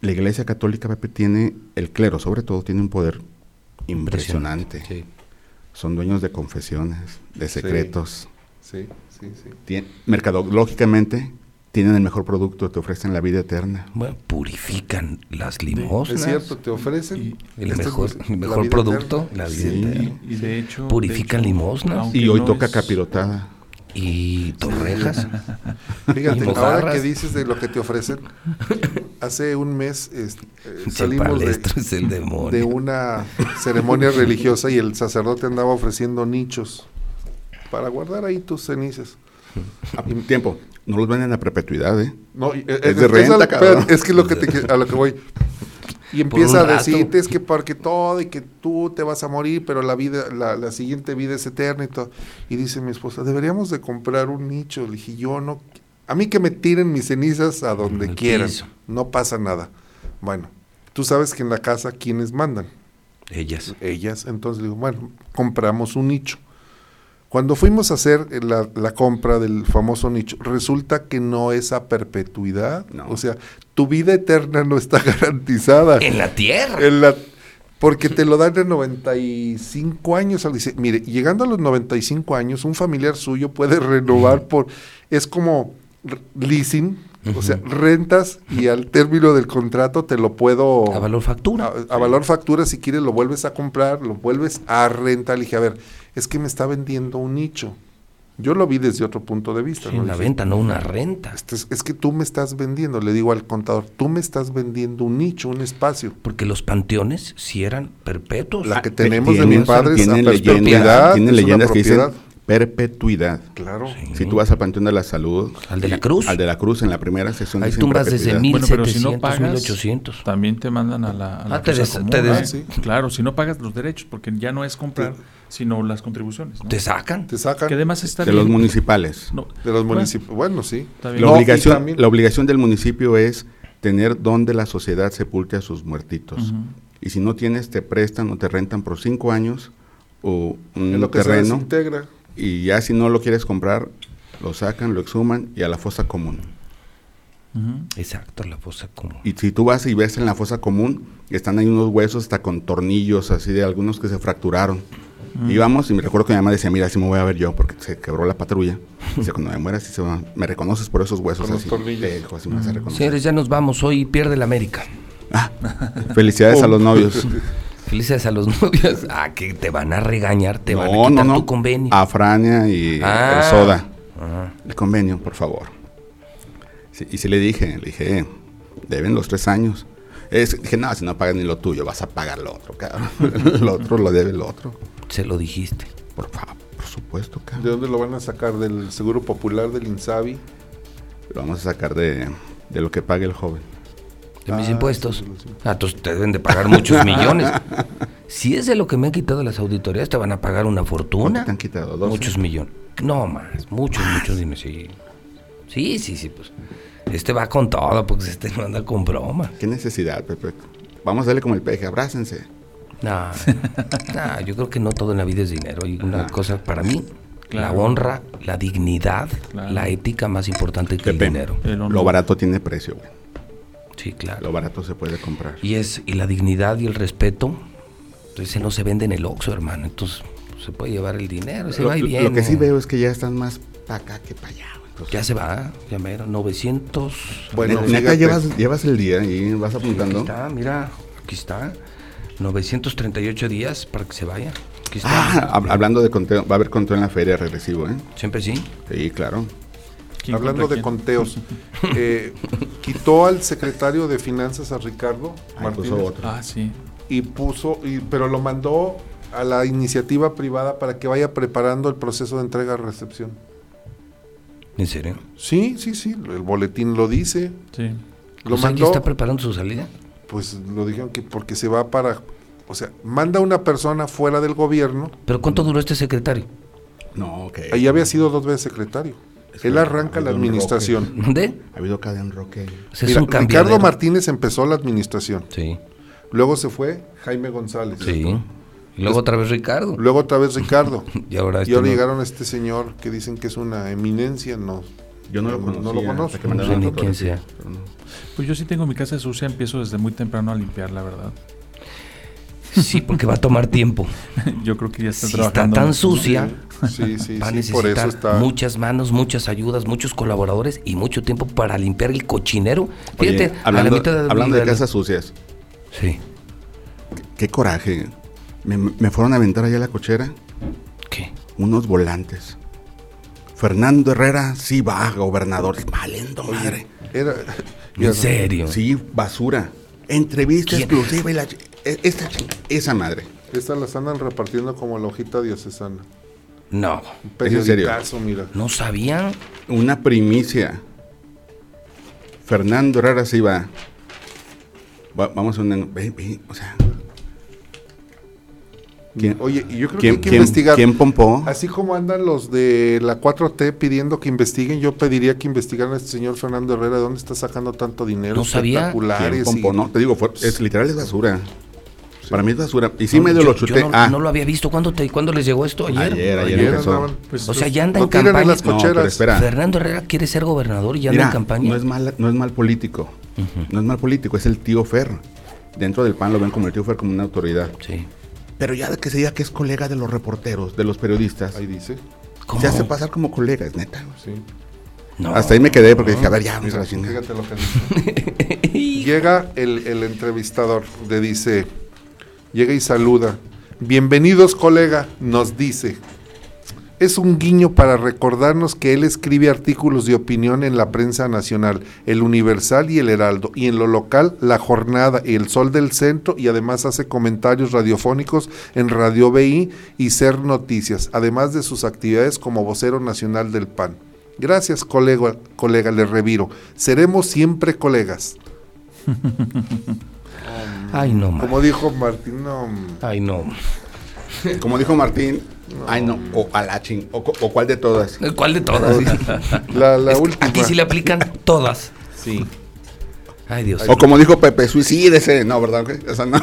C: La Iglesia Católica, Pepe, tiene, el clero sobre todo, tiene un poder impresionante.
A: Sí.
C: Son dueños de confesiones, de secretos.
B: Sí, sí, sí.
C: Tien- mercadológicamente tienen el mejor producto, te ofrecen la vida eterna.
A: Bueno, purifican las limosnas.
B: Es cierto, te ofrecen
A: El
B: este es
A: mejor,
B: la
A: el mejor
B: vida
A: producto,
B: eterna.
A: la vida
C: Sí.
A: eterna.
D: Y de hecho.
A: Purifican
D: de hecho,
A: limosnas.
D: aunque
C: Y hoy
D: no
C: toca
D: es-
C: capirotada.
A: Y torrejas.
B: Fíjate, ahora
A: mojarras.
B: que dices de lo que te ofrecen, hace un mes este, eh,
A: El
B: salimos de,
A: palestro es el
B: de
A: demonio.
B: una ceremonia religiosa y el sacerdote andaba ofreciendo nichos para guardar ahí tus cenizas.
C: Ah, Tiempo, no los venden a perpetuidad, ¿eh?
B: No, y- eh,
C: de
B: es, es
C: renta,
B: a lo-
C: cabrón.
B: espérate, es que es lo que te que- a lo que voy. Y
A: Por un
B: empieza a
A: rato.
B: decirte es que porque todo y que tú te vas a morir, pero la vida, la, la siguiente vida es eterna y todo. Y dice mi esposa, deberíamos de comprar un nicho. Le dije, yo no, a mí que me tiren mis cenizas a donde
A: Al
B: quieran,
A: piso.
B: no pasa nada. Bueno, tú sabes que en la casa quienes mandan,
A: Ellas.
B: ellas. Entonces digo, bueno, compramos un nicho. Cuando fuimos a hacer eh, la, la compra del famoso nicho, resulta que no es a perpetuidad.
C: No.
B: O sea, tu vida eterna no está garantizada.
A: En la tierra.
B: En la- porque te lo dan de 95 años. Dice, mire, llegando a los 95 años, un familiar suyo puede renovar por... Es como r- leasing, o sea, rentas y al término del contrato te lo puedo...
A: A valor factura.
B: A, a valor factura, si quieres, lo vuelves a comprar, lo vuelves a rentar. Le dije, a ver, es que me está vendiendo un nicho. Yo lo vi desde otro punto de vista.
A: Sí,
B: ¿no?
A: una
B: Dije,
A: venta, no una renta.
B: "Este es, es que tú me estás vendiendo, le digo al contador, tú me estás vendiendo un nicho, un espacio.
A: Porque los panteones sí eran perpetuos.
B: La
C: Ah,
B: que tenemos de
C: tienen-
B: mis padres a
C: tienen leyendas-
B: perpetuidad, es
C: tienen
B: una
C: leyendas que dicen
B: propiedad.
C: perpetuidad.
B: Claro.
A: Sí.
C: Si tú vas al Panteón de la Salud,
A: Al de la Cruz.
C: al de la Cruz en la primera sección
A: Hay
C: dicen
A: tumbas desde
C: perpetuidad.
A: mil-
D: Bueno, pero si no
A: 1700,
D: pagas,
A: 1800.
D: también te mandan a la, a la
A: Ah, te
D: fosa
A: des-
D: común,
A: te des-
D: ¿eh? Sí, Claro, si no pagas los derechos, porque ya no es comprar, sino las contribuciones. ¿no?
A: Te sacan.
B: Te sacan
D: Que además está
C: de los
D: bien.
C: municipales.
D: No,
B: de los
D: bueno,
B: municipios. Bueno, sí.
D: está bien.
C: La,
B: No, y
C: obligación,
B: también-
C: la obligación del municipio es tener donde la sociedad sepulte a sus muertitos.
D: Ujú.
C: Y si no tienes, te prestan o te rentan por cinco años o
B: en
C: un
B: lo que se
C: terreno.
B: desintegra.
C: Y ya si no lo quieres comprar, lo sacan, lo exhuman y a la fosa común.
D: Ujú.
A: Exacto, la fosa común.
C: Y si tú vas y ves en la fosa común, están ahí unos huesos hasta con tornillos, así de algunos que se fracturaron.
A: Mm.
C: Y vamos, y me recuerdo que mi mamá decía, mira, así me voy a ver yo, porque se quebró la patrulla. Dice, cuando me mueras, dice, "ma, me reconoces por esos huesos
B: Por los
C: así.
B: tornillos.
C: Te dijo, así me vas a
A: Mm.
C: reconocer".
A: Señores, ya nos vamos. Hoy pierde la América.
C: Felicidades a los novios.
A: Felices a los novios. Ah, que te van a regañar, te van a
C: No, no,
A: quitar
C: no.
A: tu convenio.
C: A Frania y
A: Ah.
C: a Soda.
A: Ah,
C: El convenio, por favor. Sí, y si le dije, le dije, "Eh, deben los tres años. Es- dije, no, si no pagas ni lo tuyo, vas a pagar lo otro, cabrón. lo otro lo debe el otro.
A: se lo dijiste.
C: Por favor, por supuesto,
B: ¿De
C: cabrón.
B: dónde lo van a sacar? ¿Del Seguro Popular, del INSABI?
C: Lo vamos a sacar de, de lo que pague el joven.
A: De mis
B: Ah,
A: impuestos.
B: sí, sí, sí.
A: Ah, entonces te deben de pagar muchos millones. Si es de lo que me han quitado las auditorías, te van a pagar una
C: ¿Cuánto
A: fortuna.
C: te han quitado? ¿Doce?
A: Muchos millones. No más, muchos, muchos, dime, sí. Sí, sí, sí, pues. Este va con todo, porque este no anda con broma.
C: ¿Qué necesidad, Pepe? Vamos a darle como el peje, abrácense.
A: No, no, yo creo que no todo en la vida es dinero. Y una
C: Ajá.
A: cosa para mí, la
D: Claro.
A: honra, la dignidad,
D: Claro.
A: la ética más importante que
C: Pepe,
A: el dinero.
D: El honor.
C: Lo barato tiene precio, güey.
A: Sí, claro.
C: Lo barato se puede comprar.
A: Y es y la dignidad y el respeto, pues, ese no se vende en el Oxxo, hermano. Entonces pues, se puede llevar el dinero, se
C: Lo,
A: va y
C: lo-
A: viene.
C: lo que sí veo es que ya están más para acá que para allá, güey. Entonces,
A: Ya se va, ya mero, 900.
B: Bueno, pues.
C: ne- neta,
B: fíjate.
C: llevas, llevas el día y vas
A: Aquí
C: apuntando.
A: está, mira, aquí está. 938 días para que se vaya. Aquí está.
C: Ah, hab- hablando de conteo, va a haber conteo en la feria regresivo, ¿eh?
A: Siempre sí.
C: Sí, claro.
D: ¿Quién
B: Hablando
D: contra
B: de
D: quién?
B: conteos, eh, quitó al secretario de Finanzas a Ricardo
C: Ahí
B: Martínez
C: puso otro.
D: Ah, sí.
B: y puso, y- pero lo mandó a la iniciativa privada para que vaya preparando el proceso de entrega-recepción.
A: ¿En serio?
B: Sí, sí, sí, el boletín lo dice.
D: Sí.
B: Lo
A: O sea, ¿ya
B: mandó,
A: está preparando su salida?
B: pues lo dijeron que porque se va para, o sea, manda una persona fuera del gobierno
A: ¿Pero cuánto duró este secretario?
C: No, ok.
B: Ahí había sido dos veces secretario.
C: Es
B: Él
C: que
B: arranca
C: ha
B: la
C: habido un
B: administración.
A: ¿Dónde?
C: Ha habido cada enroque.
A: O sea, es
B: Mira,
A: un cambiadero.
B: Ricardo Martínez empezó la administración.
A: Sí,
B: Luego se fue Jaime González.
A: sí. Y luego otra vez Ricardo.
B: Luego otra vez Ricardo.
A: Y ahora,
B: y
A: este
B: ahora
A: no.
B: llegaron a este señor que dicen que es una eminencia. No.
C: Yo no lo
B: No- no
C: conocía.
B: lo conozco.
C: hasta que
B: No
C: mandaron
A: sé ni
C: otro.
A: quién sea.
C: Pero no.
D: Pues yo sí tengo mi casa sucia, empiezo desde muy temprano a limpiar, la verdad.
A: Sí, porque va a tomar tiempo.
D: Yo creo que ya está
A: Si está
D: trabajando.
A: tan
D: mucho.
A: sucia,
B: Sí, sí,
A: va a
B: sí, por eso
A: necesitar
B: está.
A: muchas manos, muchas ayudas, muchos colaboradores y mucho tiempo para limpiar el cochinero. Fíjate,
C: Oye, hablando,
A: a la mitad de,
C: hablando de
A: la-
C: casas sucias,
A: Sí.
C: qué coraje. Me, me fueron a aventar allá a la cochera
A: ¿Qué?
C: unos volantes. Fernando Herrera sí va, gobernador. Valendo madre.
B: Era,
A: ¿En serio?
C: Sí, basura. Entrevista
A: ¿Quién?
C: exclusiva y la chi- e- esta chi- esa madre.
B: Estas las andan repartiendo como la hojita diocesana.
A: No,
B: Un
C: ¿Es en serio?
B: periodicazo, mira.
A: no sabía.
C: Una primicia. Fernando Herrera sí va. Va- vamos a una. ve- ve, o sea. ¿Quién-
B: Oye, y yo creo
C: ¿Quién,
B: que hay que
C: quién-
B: investigar.
C: quién pompó?
B: Así como andan los de la 4T pidiendo que investiguen, yo pediría que investigaran a este señor Fernando Herrera, ¿de dónde está sacando tanto dinero?
A: No sabía.
C: ¿Quién
B: Espectaculares. y-
C: pompó? No, te digo, fue- es, literal es basura. Para mí es basura. Y sí
A: No,
C: medio
A: yo-
C: lo
A: yo
C: chuté.
A: no,
C: ah,
A: no lo había visto. ¿Cuándo, te, ¿cuándo les llegó esto? Ayer.
C: ayer, ayer
B: Ayer
C: empezó.
B: andaban,
D: Pues,
A: O sea, ya anda
B: no
A: en
B: tiran
A: campaña.
B: en las
C: No,
B: cocheras.
C: pero espera.
A: Fernando Herrera quiere ser gobernador y anda
C: Mira,
A: en campaña.
C: No es, mal, no es mal político. No es mal político, es el tío Fer. Dentro del PAN lo ven como el tío Fer, como una autoridad.
A: Sí.
C: Pero ya de que se diga que es colega de los reporteros, de los periodistas,
B: Ahí dice.
A: ¿Cómo?
C: se hace pasar como colega, es neta.
B: Sí.
A: No.
C: Hasta ahí me quedé porque dije, a ver, ya, vamos
B: Mira,
C: a la chingada.
B: fíjate lo que dice. llega el, el entrevistador, le dice, llega y saluda. Bienvenidos, colega, nos dice. Es un guiño para recordarnos que él escribe artículos de opinión en la prensa nacional, el Universal y el Heraldo, y en lo local, La Jornada y el Sol del Centro, y además hace comentarios radiofónicos en Radio BI y Ser Noticias, además de sus actividades como vocero nacional del PAN. Gracias, colega, colega, le reviro. Seremos siempre colegas.
A: Ay, no, ma.
B: Como dijo Martín, no, mm,
A: Ay, no.
C: Como dijo Martín, ay no, o a la ching, o, co- o cuál de todas.
A: ¿Cuál de todas?
B: la, la
A: Es que
B: última.
A: Aquí sí le aplican todas.
B: Sí.
A: Ay, Dios.
C: O como dijo Pepe, suicídese. No, ¿verdad? que Esa no.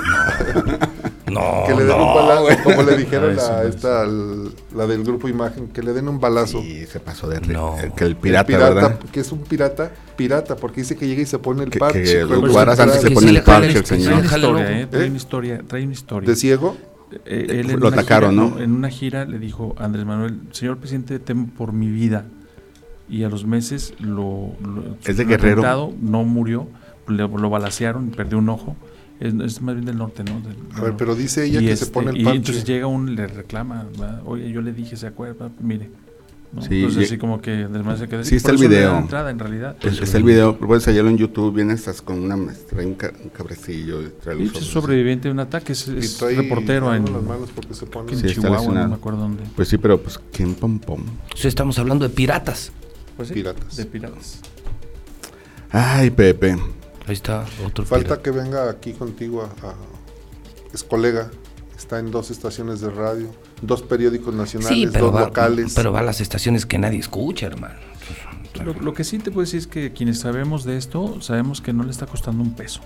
A: No,
B: Que le den
A: Oh, no.
B: un balazo, como le dijeron
D: Eso,
B: a
D: eso.
B: esta, al- la del grupo Imagen, que le den un balazo.
C: Y se pasó de ri-
A: No.
C: el- Que el
B: El
C: pirata, ¿verdad?
B: que es un pirata, pirata, porque dice que llega y se pone el
C: Que-
B: parche. pues,
C: que
B: juega
D: Hugo
B: un
D: Varas
B: central
C: antes se
A: Que
C: pone
A: sí
C: el
A: le jale
C: parche,
A: el-
C: el
A: que sí
D: Trae
C: señor.
A: le
D: una
A: jale el
D: historia,
A: ojo.
D: ¿eh? Trae
B: ¿Eh?
D: una historia, trae una historia.
B: de ciego.
D: Eh, él en
C: Lo
D: una
C: atacaron,
D: gira-
C: ¿no?
D: En una gira le dijo a Andrés Manuel, señor presidente, temo por mi vida. Y a los meses lo... lo-
C: Es de
D: lo
C: Guerrero.
D: atentado, no murió, le- lo balacearon, perdió un ojo. Es, es más bien del norte, ¿no? Del-
B: A
C: Ah.
B: ver,
D: del-
B: pero dice ella
D: y
B: que se
D: este,
B: pone
D: y
B: el parche.
D: entonces llega un, le reclama, ¿verdad? oye, yo le dije, ¿se acuerda? Mire. ¿no?
C: Sí,
D: entonces
C: y-
D: así como que además se quedó
C: Sí,
D: y
C: está
D: por
C: el
D: eso le da
C: video.
D: entrada, en realidad.
C: Es, es el video, puedes hallarlo en YouTube, viene estás con una trae un, ca- un cabrecillo, trae
D: Y
C: los
D: pues es
C: ojos.
D: sobreviviente de un ataque, es,
B: Y
D: es
B: trae
D: reportero en,
B: algo las manos porque se pone-
D: en
C: Sí, está
D: Chihuahua, no
C: lesionado.
D: me acuerdo dónde.
C: Pues sí, pero pues quién pom pom.
A: Entonces estamos hablando de piratas.
D: Pues sí,
B: Piratas.
D: De piratas.
C: Ay, Pepe.
A: Ahí está otro pirata.
B: Falta que venga aquí contigo a, a- es colega. Está en dos estaciones de radio, dos periódicos nacionales,
A: Sí, pero
B: dos
A: va,
B: locales.
A: pero va a las estaciones que nadie escucha, hermano.
D: Lo, lo que sí te puedo decir es que quienes sabemos de esto, sabemos que no le está costando un peso.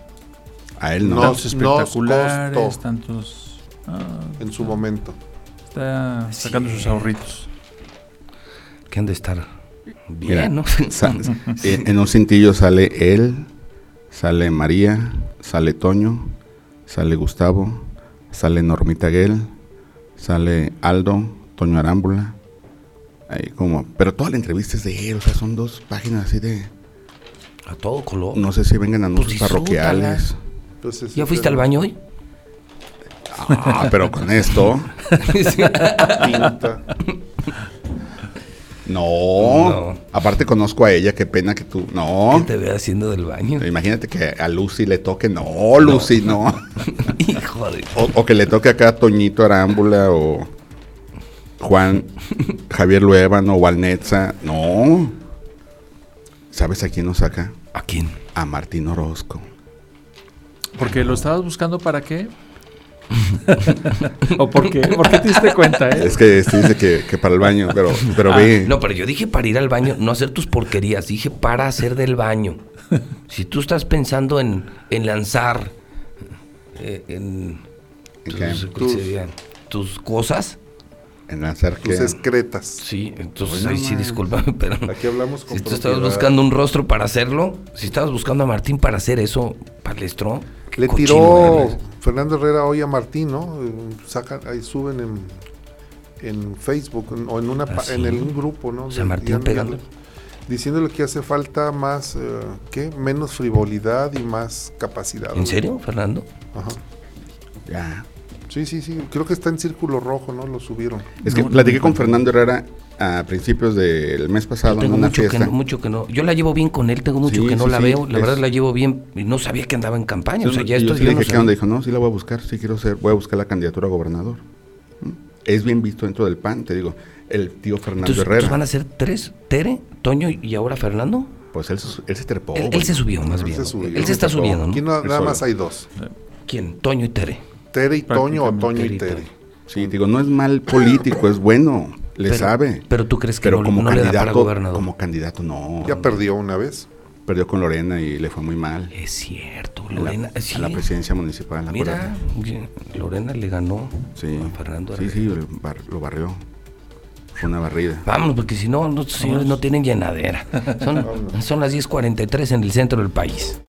C: A él no.
B: No.
D: Tantos
B: nos
D: espectaculares,
B: costó.
D: tantos... ah,
B: en su momento.
D: Está
A: Sí.
D: sacando sus ahorritos.
A: Que han de estar
C: Mira,
A: bien, ¿no?
C: sa- E, en, en un cintillo sale él, sale María, sale Toño, sale Gustavo, sale Normita Guel, sale Aldo, Toño Arámbula. Ahí como, pero toda la entrevista es de él, o sea, son dos páginas así de
A: A todo color.
C: no sé si vengan anuncios
A: disfrútala.
C: parroquiales.
B: Entonces,
A: ¿Ya
B: este,
A: fuiste al baño hoy?
C: Ah, pero con esto
A: Sí.
B: pinta.
C: no.
A: No.
C: Aparte conozco a ella, qué pena que tú no.
A: ¿Qué te ve haciendo del baño?
C: Imagínate que a Lucy le toque, no, Lucy, no.
A: Hijo de...
C: O, o que le toque acá a Toñito Arámbula o Juan Javier Luébano o Valnetza. No. ¿Sabes a quién nos saca?
A: ¿A quién?
C: A Martín Orozco.
D: Porque lo estabas buscando para qué? ¿O por qué? ¿Por qué te diste cuenta, eh?
C: Es que este dice que, que para el baño, pero, pero ve.
A: No, pero yo dije para ir al baño, no hacer tus porquerías, dije para hacer del baño. Si tú estás pensando en, en lanzar eh, en
C: ¿En
A: tus,
C: qué?
A: ¿cómo se diría? tus cosas,
C: En lanzar que.
B: Tus excretas.
A: sí, entonces
C: Hoy no
A: ahí sí,
C: más.
A: discúlpame, pero
B: Aquí hablamos con
A: si tú estabas
B: propiedad.
A: buscando un rostro para hacerlo, si estabas buscando a Martín para hacer eso, palestro, Qué
B: Le
A: cochino eh,
B: tiró
A: eres.
B: Fernando Herrera hoy a Martín, ¿no? Eh, sacan- ahí suben en, en Facebook en- o en una
A: Ah,
B: pa- en
A: sí.
B: el- un grupo, ¿no?
A: O sea,
B: De-
A: Martín
B: ya- ya-
A: pegando.
B: Diciéndole que hace falta más, eh, ¿qué? Menos frivolidad y más capacidad.
A: ¿En serio, Fernando?
B: Ajá.
C: Ya.
B: Sí, sí, sí. Creo que está en círculo rojo, ¿no? Lo subieron.
C: Es que
D: No, no,
C: platiqué
D: no.
C: con Fernando Herrera a principios del mes pasado
A: Yo
C: en
A: tengo
C: una
A: mucho que,
C: fiesta.
A: no, mucho que no. Yo la llevo bien con él, tengo mucho
C: Sí,
A: que no
C: sí,
A: la
C: sí,
A: veo. La
C: es-
A: verdad la llevo bien. y No sabía que andaba en campaña. O sea, ya
C: Y yo
A: esto
C: sí le
A: yo no
C: dije, ¿qué
A: sabía.
C: onda? Dijo, no, sí la voy a buscar, sí quiero ser, voy a buscar la candidatura a gobernador. ¿Mm? Es bien visto dentro del PAN, te digo, el tío Fernando
A: Entonces,
C: Herrera.
A: entonces van a ser tres, Tere, Toño y ahora Fernando.
C: Pues él, se- él se trepó.
A: Él- él
C: güey.
A: se subió, más
B: Él
A: bien.
B: se subió.
A: Él se está subiendo, ¿no?
B: Aquí na-
C: Él
B: nada
C: solo.
B: más hay dos.
A: ¿Quién? Toño y Tere.
B: Tere y Toño o
D: Prácticamente
B: Toño y
A: Tere y
B: Tere.
C: Sí, digo, no es mal político, es bueno, le
A: Pero-
C: sabe.
A: Pero tú crees que
C: Pero
A: no,
C: como
A: no le da para
C: candidato,
A: gobernador.
C: como candidato no.
B: Ya perdió una vez.
C: Perdió con Lorena y le fue muy mal.
A: Es cierto,
C: en la-
A: Eh, Lorena.
C: a la,
A: sí.
C: presidencia municipal.
A: Mira,
C: acuérdate.
A: Lorena le ganó
C: sí,
A: a Fernando
C: sí,
A: Herrera.
C: sí, lo, bar- lo barrió. Fue una barrida.
A: Vámonos, porque si no, no, estos señores no tienen llenadera. Son, son las 10.43 en el centro del país.